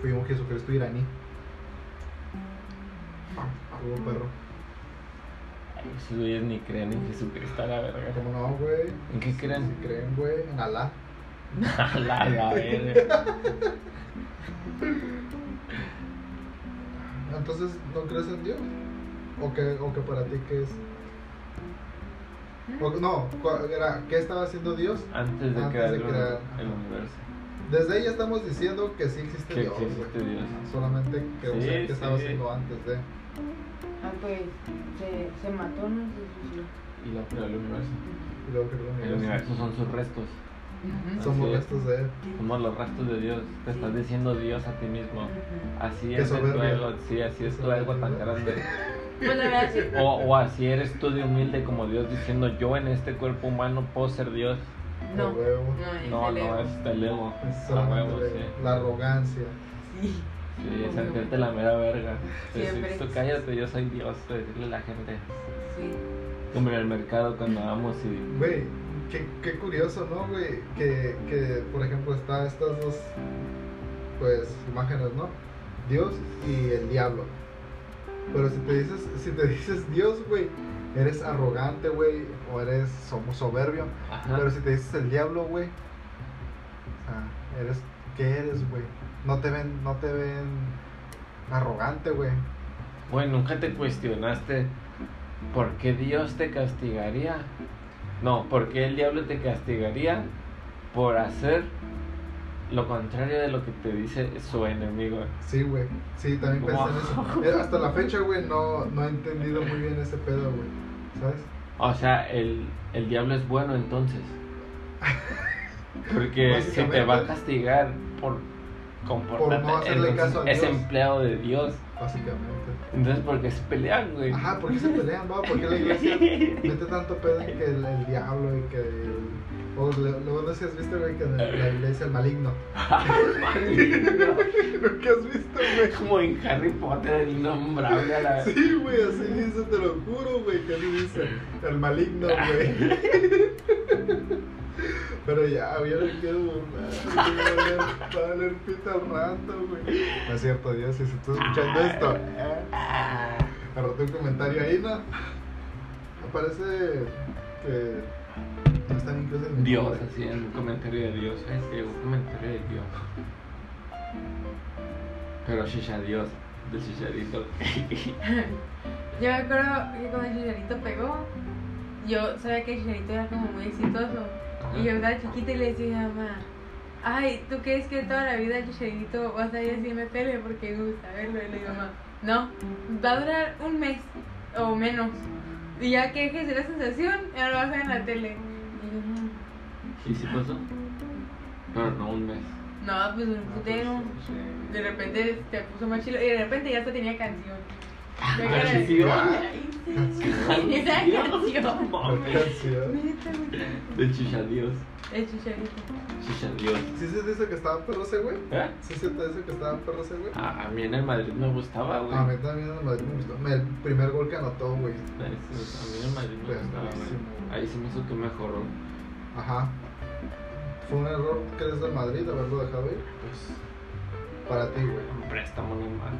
Speaker 2: Fui un Jesucristo iraní. A huevo, perro.
Speaker 1: Ay, Esos güeyes ni creen en Jesucristo, a la verga.
Speaker 2: ¿Cómo no, güey?
Speaker 1: ¿En qué
Speaker 2: Si
Speaker 1: creen?
Speaker 2: creen, güey, en Alá.
Speaker 1: A la, la verga.
Speaker 2: Entonces, ¿no crees en Dios? ¿O que, o que para ti qué es? O- no, cua- era, ¿qué estaba haciendo Dios?
Speaker 1: Antes de
Speaker 2: Antes
Speaker 1: crear
Speaker 2: de
Speaker 1: el,
Speaker 2: crear,
Speaker 1: el
Speaker 2: ajá.
Speaker 1: universo.
Speaker 2: Desde ahí ya estamos diciendo que sí existe
Speaker 1: Que
Speaker 2: Dios.
Speaker 1: sí existe
Speaker 2: güey.
Speaker 1: Dios.
Speaker 2: Solamente que o
Speaker 1: Sí,
Speaker 2: sea, ¿qué
Speaker 1: sí.
Speaker 2: estaba haciendo antes de?
Speaker 4: Ah, pues se, se mató, no sé si.
Speaker 1: Y lo creó el universo.
Speaker 2: Y luego creó el
Speaker 1: El
Speaker 2: universo.
Speaker 1: universo son sus restos.
Speaker 3: Ujú.
Speaker 2: Somos
Speaker 1: Así es.
Speaker 2: restos de él.
Speaker 1: Somos los restos de Dios. Te estás diciendo Dios a ti mismo. Así
Speaker 2: Qué
Speaker 1: es el
Speaker 2: soberbia.
Speaker 1: duelo, sí, así es tu algo tan grande.
Speaker 3: Pues la verdad sí.
Speaker 1: O, o así eres tú de humilde como Dios diciendo yo en este cuerpo humano puedo ser Dios.
Speaker 2: A
Speaker 3: No.
Speaker 2: huevo.
Speaker 3: No, es
Speaker 1: No,
Speaker 3: el ego.
Speaker 1: no, es te elevo.
Speaker 2: Es
Speaker 1: A
Speaker 2: solamente
Speaker 1: huevo,
Speaker 2: de-
Speaker 1: sí.
Speaker 2: la arrogancia.
Speaker 3: Sí.
Speaker 1: Sí, sentirte la mera verga.
Speaker 3: Siempre.
Speaker 1: Decir, tú cállate, yo soy Dios, decirle a la gente.
Speaker 3: Sí.
Speaker 1: Como en el mercado cuando vamos y...
Speaker 2: Güey, qué, qué curioso, ¿no, güey? Que, que, por ejemplo, está estas dos, pues, imágenes, ¿no? Dios y el diablo. Pero si te dices, si te dices Dios, güey, eres arrogante, güey, o eres somo- soberbio.
Speaker 1: Ajá.
Speaker 2: Pero si te dices el diablo, güey, o sea, eres, ¿qué eres, güey? No te ven, no te ven arrogante, güey.
Speaker 1: Güey, nunca te cuestionaste por qué Dios te castigaría. No, por qué el diablo te castigaría por hacer lo contrario de lo que te dice su enemigo.
Speaker 2: Sí, güey. Sí, también pensé en eso. Eh, Hasta la fecha, güey, no, no he entendido muy bien ese pedo, güey. ¿Sabes?
Speaker 1: O sea, el, el diablo es bueno entonces. Porque si te va a
Speaker 2: Básicamente.
Speaker 1: castigar por comportarte,
Speaker 2: hacerle
Speaker 1: entonces
Speaker 2: caso a
Speaker 1: es
Speaker 2: Dios.
Speaker 1: empleado de Dios.
Speaker 2: Básicamente.
Speaker 1: Entonces, ¿por qué se pelean, güey?
Speaker 2: Ajá, ¿por qué se pelean, va? ¿Por qué la iglesia mete tanto pedo en que el, el diablo y que el, O lo- luego no sé si has visto, güey, que en el- la iglesia el maligno. ¿Lo que has visto, güey?
Speaker 1: Como en Harry Potter, el innombrable a la vez.
Speaker 2: Sí, güey, así dice, te lo juro, güey, que así dice. El maligno, güey. Pero ya, güey, yo no quiero burlar. güey, Va a valer pito al rato, güey. No es cierto, Dios, si estás escuchando
Speaker 1: Ah.
Speaker 2: esto, ¿eh? Arroté un comentario ahí, ¿no? Parece que no están incluso en mi
Speaker 1: Dios,
Speaker 2: nombre.
Speaker 1: así en un comentario de Dios. Este, un comentario de Dios. Pero Shisha Dios, del Shisharito.
Speaker 3: Yo me acuerdo que cuando el chicharito pegó, yo sabía que el chicharito era como muy exitoso. Y yo estaba chiquita y le decía a mi mamá, ay, ¿tú crees que toda la vida el chicharito va a salir así en la tele? Porque me gusta verlo. Y le digo, mamá, no, va a durar un mes o menos. Y ya que dejes de la sensación, ahora lo vas a ver en la tele. Y yo, "Mm,
Speaker 1: ¿Y si pasó? Pero no un mes.
Speaker 3: no, pues un putero. De repente te puso más chilo y de repente ya hasta tenía canción. Ya que era-
Speaker 1: Ah, ¿Canción? Ah,
Speaker 3: Ay, sí. Esa canción.
Speaker 2: Canción.
Speaker 3: Neta, güey.
Speaker 1: De Shisha Dios.
Speaker 3: El chicharito.
Speaker 1: Shisha Dios.
Speaker 2: ¿Sí se te dice que estaba perro ese, güey?
Speaker 1: ¿Eh?
Speaker 2: ¿Sí se te dice que estaba perro ese, güey?
Speaker 1: A, a mí en el Madrid me gustaba, Ah, güey.
Speaker 2: A mí también el Madrid me gustó. Me- El primer gol que anotó, güey.
Speaker 1: A mí en el Madrid me
Speaker 2: Pero
Speaker 1: gustaba, güey.
Speaker 2: buenísimo.
Speaker 1: Ahí se me hizo que mejoró.
Speaker 2: Ajá. Fue un error que eres del Madrid haberlo dejado ir. Pues para ti, güey.
Speaker 1: Un préstamo normal.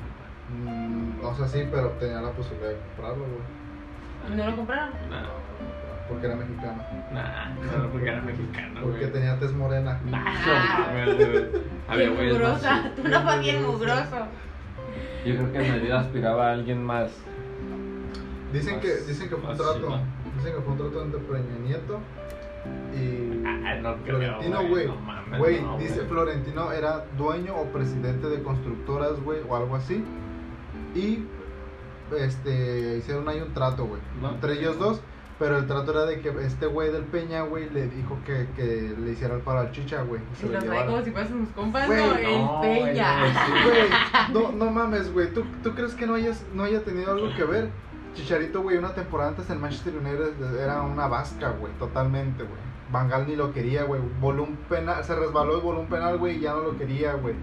Speaker 2: Mm, o sea, sí, pero tenía la posibilidad de comprarlo, güey.
Speaker 3: ¿No lo compraron?
Speaker 1: Nah,
Speaker 2: Porque era mexicano.
Speaker 1: nah, solo porque era mexicano, güey.
Speaker 2: Porque tenía tez morena.
Speaker 1: Nah, no mames, güey. Había
Speaker 3: Bien
Speaker 1: güeyes más
Speaker 3: mugrosa. Tú no fue bien mugroso.
Speaker 1: Yo creo que en Madrid aspiraba a alguien más.
Speaker 2: Dicen que,
Speaker 1: Más-
Speaker 2: dicen que fue un
Speaker 1: más
Speaker 2: trato.
Speaker 1: chiva.
Speaker 2: Dicen que fue un trato entre Peña Nieto y.
Speaker 1: Ah, no creo,
Speaker 2: Florentino, güey.
Speaker 1: no mames,
Speaker 2: Güey,
Speaker 1: no,
Speaker 2: dice Florentino era dueño o presidente de constructoras, güey, o algo así. Y este hicieron ahí un trato, güey.
Speaker 1: No.
Speaker 2: Entre ellos dos. Pero el trato era de que este güey del Peña, güey, le dijo que, que le hiciera el paro al chicha, güey. y se
Speaker 3: Si
Speaker 2: lo
Speaker 3: lo trae
Speaker 2: llevara.
Speaker 3: como si fuesen mis compas,
Speaker 2: Güey,
Speaker 3: no,
Speaker 1: no,
Speaker 3: el
Speaker 1: güey,
Speaker 3: peña.
Speaker 1: no, sí.
Speaker 2: Güey, no, no mames, güey. ¿Tú, ¿Tú crees que no, hayas, no haya tenido algo que ver? Chicharito, güey, una temporada antes en Manchester United era una vasca, güey, totalmente, güey. Vangal ni lo quería, güey. Voló un penal, se resbaló y voló un penal, güey, y ya no lo quería, güey.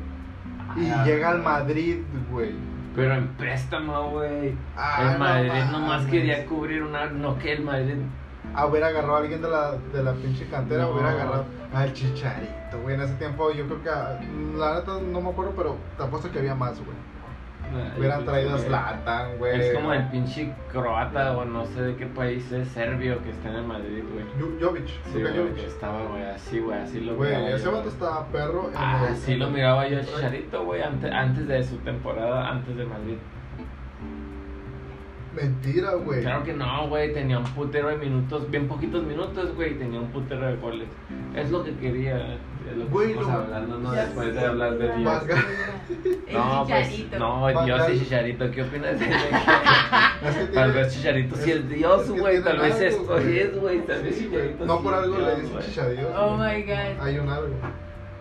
Speaker 2: Y
Speaker 1: Ah,
Speaker 2: llega al
Speaker 1: no.
Speaker 2: Madrid, güey.
Speaker 1: Pero en préstamo, güey.
Speaker 2: Ah,
Speaker 1: el
Speaker 2: no
Speaker 1: Madrid nomás
Speaker 2: mames.
Speaker 1: quería cubrir una. No, que el Madrid.
Speaker 2: Ah, hubiera agarrado a alguien de la, de la pinche cantera,
Speaker 1: No.
Speaker 2: hubiera agarrado al Chicharito, güey. En ese tiempo yo creo que, ah, la neta no me acuerdo, pero te apuesto que había más, güey. Hubieran traído a Zlatan, güey.
Speaker 1: eh, Es como el pinche croata o no sé de qué país es, serbio, que está en el Madrid, güey.
Speaker 2: Yo- Jovic,
Speaker 1: Sí,
Speaker 2: Luka
Speaker 1: güey, que
Speaker 2: Jovic.
Speaker 1: estaba, güey, así, güey, así lo miraba
Speaker 2: Güey,
Speaker 1: yo,
Speaker 2: ese
Speaker 1: güey.
Speaker 2: vato estaba perro. en
Speaker 1: Ah,
Speaker 2: el-
Speaker 1: sí, lo miraba yo a Chicharito, güey, ante- antes, de su temporada, antes de Madrid.
Speaker 2: Mentira, güey.
Speaker 1: Claro que no, güey, tenía un putero de minutos, bien poquitos minutos, güey, y tenía un putero de goles. Es lo que quería, es lo que
Speaker 2: Güey,
Speaker 1: estamos
Speaker 2: lo-
Speaker 1: hablando, ¿no?
Speaker 3: Ya
Speaker 1: Después
Speaker 3: sé,
Speaker 1: de hablar de Dios.
Speaker 2: Vasca.
Speaker 3: El
Speaker 1: No, pues,
Speaker 3: chicharito.
Speaker 1: no, Dios
Speaker 2: Vasca.
Speaker 1: y Chicharito, ¿qué opinas de
Speaker 2: Es que
Speaker 1: Tal
Speaker 2: tiene-
Speaker 1: vez Chicharito sí es
Speaker 2: es
Speaker 1: Dios,
Speaker 2: que
Speaker 1: güey,
Speaker 2: tiene
Speaker 1: tal vez
Speaker 2: algo,
Speaker 1: esto
Speaker 2: güey.
Speaker 1: es, güey, tal vez
Speaker 2: Sí, güey.
Speaker 1: Chicharito
Speaker 2: No
Speaker 1: sí
Speaker 2: por
Speaker 1: es
Speaker 2: algo
Speaker 1: Dios,
Speaker 2: le dicen
Speaker 1: güey.
Speaker 2: chichadios.
Speaker 3: Oh
Speaker 2: güey.
Speaker 3: my god.
Speaker 2: Hay un algo.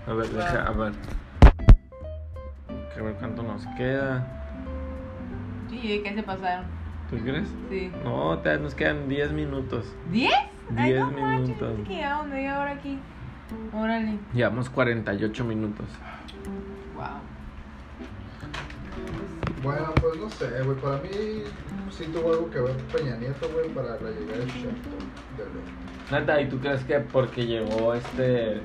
Speaker 1: A ver, deja, a ver. Que ver cuánto nos queda.
Speaker 3: Sí, ¿qué se pasaron?
Speaker 1: ¿Tú crees?
Speaker 3: Sí.
Speaker 1: No, te- nos quedan 10 minutos.
Speaker 3: ¿Diez? Ay,
Speaker 1: 10
Speaker 3: no manches,
Speaker 1: minutos.
Speaker 3: pensé que llevamos media hora aquí. Órale.
Speaker 1: Llevamos 48 minutos.
Speaker 3: Wow.
Speaker 2: Bueno, pues no sé, güey. Para mí sí tuvo algo que ver Peña Nieto, güey, para la llegada de Chicharito. De verdad.
Speaker 1: Nata, ¿y tú crees que porque llegó este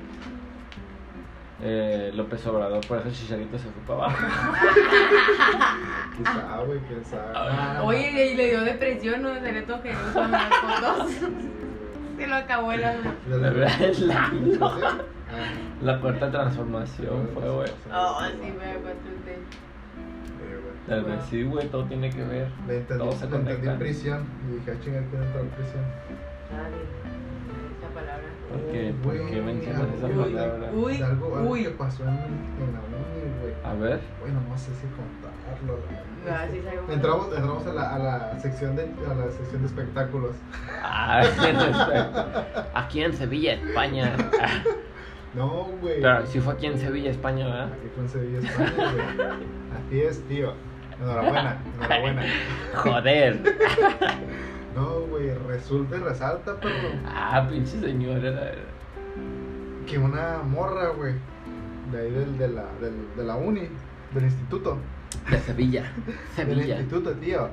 Speaker 1: eh, López Obrador, por eso el chicharito se fue para abajo?
Speaker 2: Quizá, güey, quién sabe.
Speaker 1: Ah.
Speaker 3: Oye, y le dio depresión, ¿no? Salió todo generoso en las fotos. Se lo acabó el alma.
Speaker 2: ¿La
Speaker 1: La verdad es la,
Speaker 2: Ah,
Speaker 1: la cuarta transformación fue, güey.
Speaker 3: Oh, sí, me acostumbré.
Speaker 2: Eh, güey.
Speaker 1: Tal vez sí, güey, todo tiene que ver.
Speaker 2: Le entendí,
Speaker 1: Todos se
Speaker 2: le entendí
Speaker 1: conectan.
Speaker 2: en prisión. Y dije, ah, chinga, quiero entrar en prisión.
Speaker 3: Nadie. Esa palabra.
Speaker 1: ¿Por qué,
Speaker 2: Oh,
Speaker 1: ¿Por
Speaker 2: güey,
Speaker 1: qué mencionas esa
Speaker 2: algo-
Speaker 1: palabra?
Speaker 3: Uy,
Speaker 2: Algo, algo que
Speaker 3: uy.
Speaker 2: pasó en, en la uni, güey.
Speaker 1: A ver.
Speaker 2: Bueno, no sé si contarlo. la verdad.
Speaker 3: Ah, sí, es algo
Speaker 2: Entramos, entramos a, la, a la sección de a la sección de espectáculos.
Speaker 1: Ah, aquí en Sevilla, España. Ah,
Speaker 2: No, güey.
Speaker 1: Pero sí fue aquí en Sevilla, España, ¿verdad?
Speaker 2: Aquí con Sevilla España, güey. Así es, tío. Enhorabuena, enhorabuena.
Speaker 1: Joder.
Speaker 2: No, güey, resulta y resalta, perro.
Speaker 1: Ah, pinche señora. la-
Speaker 2: que una morra, güey, de ahí del, de, la, del- de la uni, del instituto,
Speaker 5: De Sevilla.
Speaker 2: del
Speaker 5: Sevilla.
Speaker 2: instituto, tío.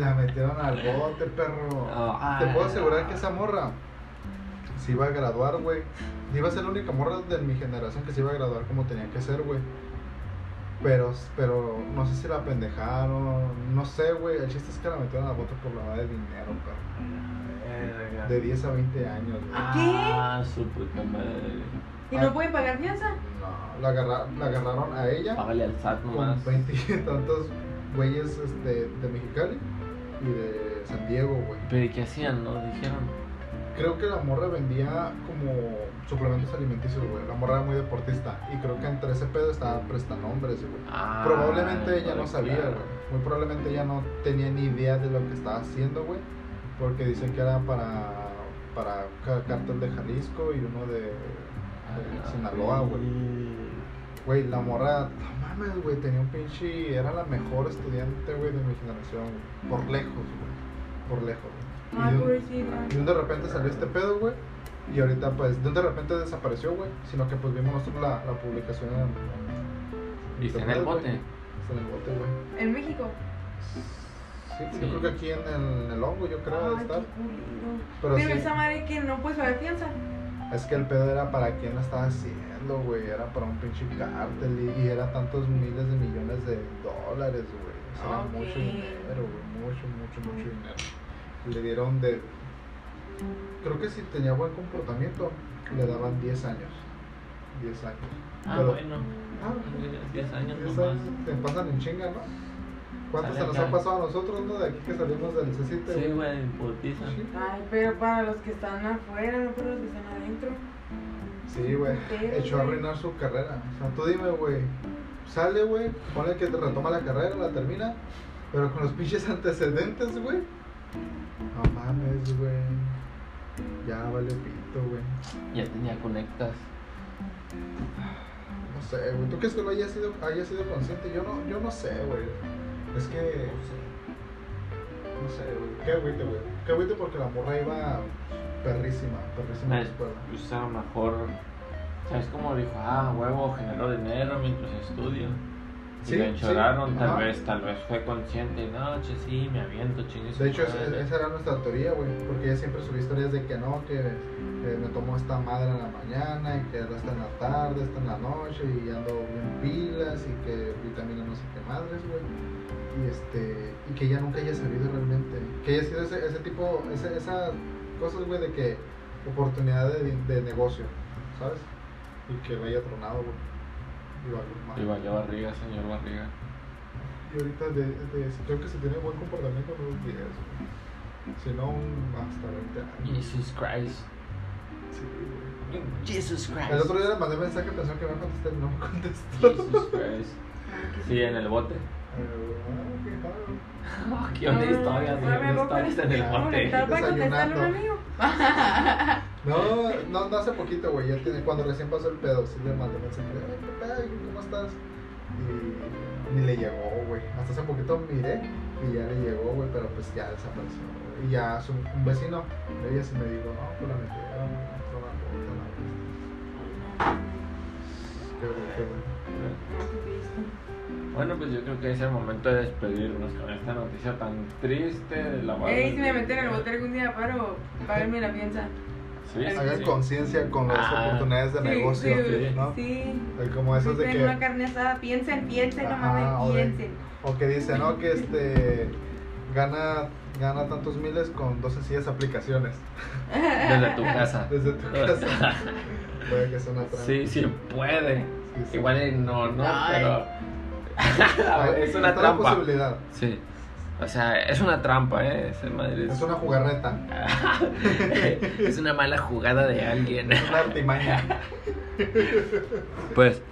Speaker 2: la metieron al bote, perro.
Speaker 5: Ah,
Speaker 2: Te puedo asegurar que esa morra se iba a graduar, güey. Iba a ser la única morra de mi generación que se iba a graduar como tenía que ser, güey. Pero, pero no sé si la pendejaron, no sé, güey. El chiste es que la metieron a la bota por la de dinero, perro.
Speaker 1: Verga.
Speaker 2: De 10 a 20 años, güey.
Speaker 1: Eh, Ah, su puta madre.
Speaker 3: ¿Y no pueden pagar fianza?
Speaker 2: No, la, agarra- la agarraron a
Speaker 1: Ah,
Speaker 2: ella
Speaker 5: Págale al SAT nomás.
Speaker 2: con 20 y tantos güeyes este, de Mexicali y de San Diego, güey.
Speaker 1: Pero ¿y qué hacían? No dijeron.
Speaker 2: Creo que la morra vendía como suplementos alimenticios, güey. La morra era muy deportista. Y creo que entre ese pedo estaba prestanombres, güey.
Speaker 1: Ah,
Speaker 2: probablemente ella no
Speaker 1: claro.
Speaker 2: sabía, güey. Muy probablemente ella no tenía ni idea de lo que estaba haciendo, güey. Porque dicen que era para, para ca- cártel de Jalisco y uno de, de
Speaker 1: Ah,
Speaker 2: Sinaloa, güey.
Speaker 1: Mm,
Speaker 2: Güey, la morra, no mames, güey, tenía un pinche. Era la mejor estudiante, güey, de mi generación, güey. Por lejos, güey. Por lejos, güey.
Speaker 3: Ah,
Speaker 2: Y de un-
Speaker 3: pobrecita.
Speaker 2: y de repente salió este pedo, güey. Y ahorita, pues, de repente desapareció, güey. Sino que, pues, vimos nosotros la, la publicación en, en
Speaker 1: ¿Y está en
Speaker 2: internet,
Speaker 1: el
Speaker 2: güey.
Speaker 1: bote?
Speaker 2: Está en el bote, güey.
Speaker 3: ¿En México?
Speaker 2: Sí,
Speaker 1: Sí.
Speaker 2: pues, yo creo que aquí en el, en el hongo, yo creo, debe
Speaker 3: Ay,
Speaker 2: estar.
Speaker 3: qué culero.
Speaker 2: Pero
Speaker 3: Ah, Pero
Speaker 2: sí,
Speaker 3: esa madre que no puedes pagar fianza.
Speaker 2: es que el pedo era para quien lo estaba haciendo, güey. Era para un pinche cártel y, y era tantos miles de millones de dólares, güey. O sea, era
Speaker 3: Ok.
Speaker 2: mucho dinero, güey. Mucho, mucho, mucho dinero. Le dieron de... Creo que si tenía buen comportamiento, le daban 10 años. 10 años.
Speaker 1: Ah,
Speaker 2: Pero-
Speaker 1: bueno.
Speaker 2: Ah,
Speaker 1: 10 años
Speaker 2: Esas
Speaker 1: nomás.
Speaker 2: te pasan en chinga, ¿no? ¿Cuántos
Speaker 1: Sale
Speaker 2: se nos
Speaker 1: acá.
Speaker 2: ha pasado a nosotros, no? De aquí que salimos del C7,
Speaker 1: Sí, güey, putiza.
Speaker 2: Sí.
Speaker 3: Ay, pero para los que están afuera, no para los que están adentro.
Speaker 2: Sí, güey.
Speaker 3: Pero,
Speaker 2: Echó a
Speaker 3: güey.
Speaker 2: arruinar su carrera. O sea, tú dime, güey. Sale, güey. Ponle que te retoma la carrera, la termina. Pero con los pinches antecedentes, güey. No mames, güey. Ya vale pito, güey.
Speaker 5: Ya tenía conectas.
Speaker 2: No sé, güey. ¿Tú crees que lo haya sido, haya sido consciente? Yo no, yo no sé, güey. Es que. No sé, güey. Qué agüite, güey. Qué agüite porque la morra iba perrísima, perrísima en la
Speaker 1: Nice.
Speaker 2: escuela.
Speaker 1: Pues a lo mejor. ¿Sabes cómo dijo? Ah, huevo, generó dinero mientras estudio. Y
Speaker 2: Sí,
Speaker 1: le
Speaker 2: sí,
Speaker 1: lloraron, tal
Speaker 2: ajá.
Speaker 1: vez, tal vez fue consciente. No, che, sí, me aviento, chingue su
Speaker 2: De hecho, es- es-
Speaker 1: madre.
Speaker 2: esa era nuestra teoría, güey, porque ella siempre subía historias de que no, que, que me tomó esta madre en la mañana y que ahora está en la tarde, está en la noche y ando bien pilas y que vitamina no sé qué madres, güey. Y, este, y que ella nunca haya sabido realmente, que haya sido ese, ese tipo, ese, esas cosas, güey, de que oportunidad de, de negocio, ¿sabes? Y que lo haya tronado, güey. Y valió madre.
Speaker 1: Y valió barriga, señor barriga.
Speaker 2: Y ahorita de, de- creo que si tiene buen comportamiento no los 10, güey. Si no, un- hasta 20 años.
Speaker 1: Jesus Christ.
Speaker 2: Sí, güey.
Speaker 5: Jesus Christ.
Speaker 2: El otro día le mandé mensaje pensando que me iba a contestar y no me contestó.
Speaker 1: Jesus Christ. Sí, en el bote.
Speaker 2: Eh, ah, qué raro.
Speaker 3: Ah,
Speaker 1: ¿Qué onda historias?
Speaker 3: No, no,
Speaker 1: ¿Qué
Speaker 3: no,
Speaker 1: historias en el
Speaker 2: no,
Speaker 1: bote?
Speaker 3: Conectar para contestarle a un
Speaker 2: Desayunando.
Speaker 3: amigo.
Speaker 2: No, no, no hace poquito, güey. Ya tiene, cuando recién pasó el pedo, sí le mandé mensaje. "Ay, ¿Qué tal? ¿Cómo estás? Y ni le llegó, güey. Hasta hace poquito miré y ya le llegó, güey, pero pues ya desapareció. güey. Y ya su, un vecino, ella sí me dijo, no, pues la metieron, güey, entró la puta, la bestia". Qué bueno, qué bueno.
Speaker 1: Bueno, pues yo creo que es el momento de despedirnos con esta noticia tan triste de la
Speaker 3: Ey, si me meten en el bote algún día, paro, páguenme la fianza.
Speaker 1: Sí, sí,
Speaker 2: Hagan
Speaker 1: sí.
Speaker 2: conciencia con las
Speaker 1: Ah.
Speaker 2: oportunidades de
Speaker 3: Sí,
Speaker 2: Este negocio,
Speaker 1: sí,
Speaker 2: ¿no?
Speaker 3: Sí.
Speaker 2: Hay Como esas de
Speaker 3: Piensen en una
Speaker 2: que,
Speaker 3: carne asada, piensen, piensen, no
Speaker 2: Ajá,
Speaker 3: mames,
Speaker 2: o de-
Speaker 3: piensen.
Speaker 2: o que dicen, no, que este, gana, gana tantos miles con dos sencillas aplicaciones.
Speaker 1: Desde tu casa.
Speaker 2: Desde tu casa. Puede que sea una trampa.
Speaker 1: Sí, sí puede.
Speaker 2: Sí, sí.
Speaker 1: Igual y no, no,
Speaker 5: Ay.
Speaker 1: pero.
Speaker 2: Hay-
Speaker 1: Ah, es una
Speaker 2: está La
Speaker 1: trampa.
Speaker 2: posibilidad.
Speaker 1: Sí. O sea, es una trampa, ¿eh? Es, en Madrid.
Speaker 2: Es una jugarreta.
Speaker 5: es una mala jugada de alguien.
Speaker 2: Es una artimaña.
Speaker 1: Pues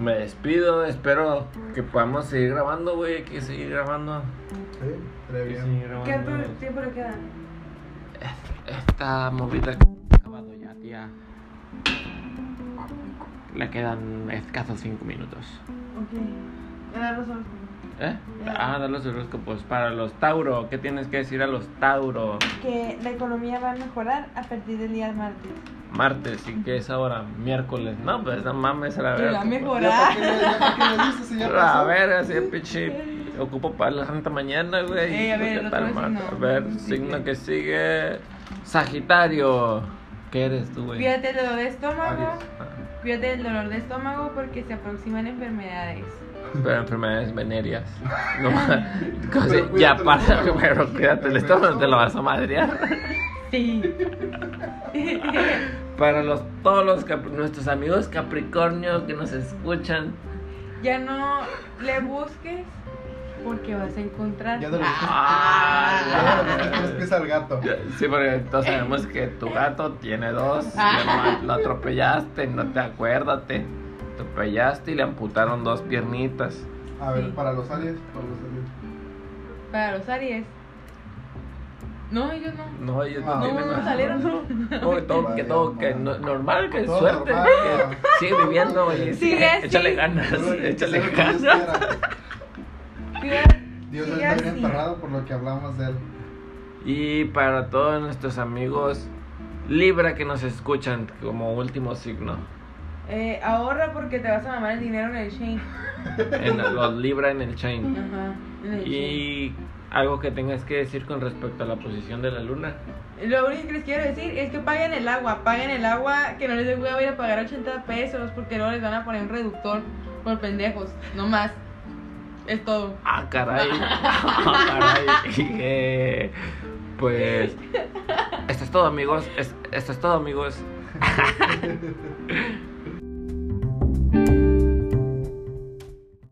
Speaker 1: me despido, espero que podamos seguir grabando, güey, hay que seguir grabando.
Speaker 2: Sí, Très
Speaker 1: Hay que
Speaker 2: bien.
Speaker 1: seguir
Speaker 3: ¿Qué
Speaker 1: grabando.
Speaker 3: otro tiempo le queda?
Speaker 5: Esta movida que ha acabado ya, tía. Le quedan escasos 5 minutos.
Speaker 3: Ok. Me da razón.
Speaker 1: ¿Eh? Ah, da los horóscopos. Para los Tauro, ¿qué tienes que decir a los Tauro?
Speaker 6: Que la economía va a mejorar a partir del día martes.
Speaker 1: Martes, ¿y qué es ahora? Miércoles. No, pues no mames, a la
Speaker 6: Que
Speaker 1: verga.
Speaker 6: la
Speaker 2: ¿Ya
Speaker 6: mejorar.
Speaker 2: para qué lo dices si ya
Speaker 1: A
Speaker 2: pasó?
Speaker 1: ver, así, pinche. Ocupo para la santa mañana, güey.
Speaker 6: Ey, a ver,
Speaker 1: Porque
Speaker 6: el
Speaker 1: para el
Speaker 6: otro signo.
Speaker 1: martes. A ver, signo que sigue. Sagitario. ¿Qué eres tú, güey?
Speaker 3: Cuídate del dolor de estómago.
Speaker 2: Aries.
Speaker 1: Ah,
Speaker 3: Cuídate del dolor de estómago porque se aproximan enfermedades.
Speaker 1: Pero enfermedades venéreas. No, casi-
Speaker 2: Pero cuídate
Speaker 1: ya
Speaker 2: el
Speaker 1: pasa,
Speaker 2: estómago.
Speaker 1: pero cuídate el estómago, te lo vas a madrear.
Speaker 3: Sí.
Speaker 1: Para los, todos los Capri- nuestros amigos Capricornio que nos escuchan,
Speaker 3: ya no le busques porque vas a encontrar.
Speaker 2: Ya no le
Speaker 3: Ah,
Speaker 2: busques-
Speaker 1: Ah,
Speaker 2: ya no le busques tres pies al gato.
Speaker 1: Ya, Sí, porque todos sabemos que tu gato tiene dos.
Speaker 3: Ah.
Speaker 1: y nomás Lo atropellaste, no te acuérdate. Atropellaste y le amputaron dos piernitas.
Speaker 2: A ver, para los aliens, para los aliens.
Speaker 3: Para los Aries. No, ellos no.
Speaker 1: No, ellos
Speaker 2: Ah.
Speaker 1: no tienen
Speaker 3: No,
Speaker 1: nada.
Speaker 3: salieron, no.
Speaker 1: No, que todo, que todo, que no- normal, que
Speaker 2: Todo
Speaker 1: suerte.
Speaker 2: normal.
Speaker 1: que sigue viviendo y
Speaker 3: Sigue así.
Speaker 1: échale ganas, échale ganas.
Speaker 3: Cuídate-
Speaker 2: Dios
Speaker 3: Sigue
Speaker 2: está bien
Speaker 3: así.
Speaker 2: enterrado por lo que hablamos de él.
Speaker 1: Y para todos nuestros amigos Libra que nos escuchan como último signo.
Speaker 3: eh, ahorra porque te vas a mamar el dinero en el Shane.
Speaker 1: En los Libra en el chain.
Speaker 3: Ajá. En el
Speaker 1: Y algo que tengas que decir con respecto a la posición de la luna.
Speaker 3: Shein. Lo único que les quiero decir es que paguen el agua. Paguen el agua que no les voy a ir a pagar 80 pesos porque luego les van a poner un reductor por pendejos. No más. Es todo.
Speaker 1: Ah, caray. Ah, caray. Eh, pues esto es todo, amigos. Es- esto es todo, amigos.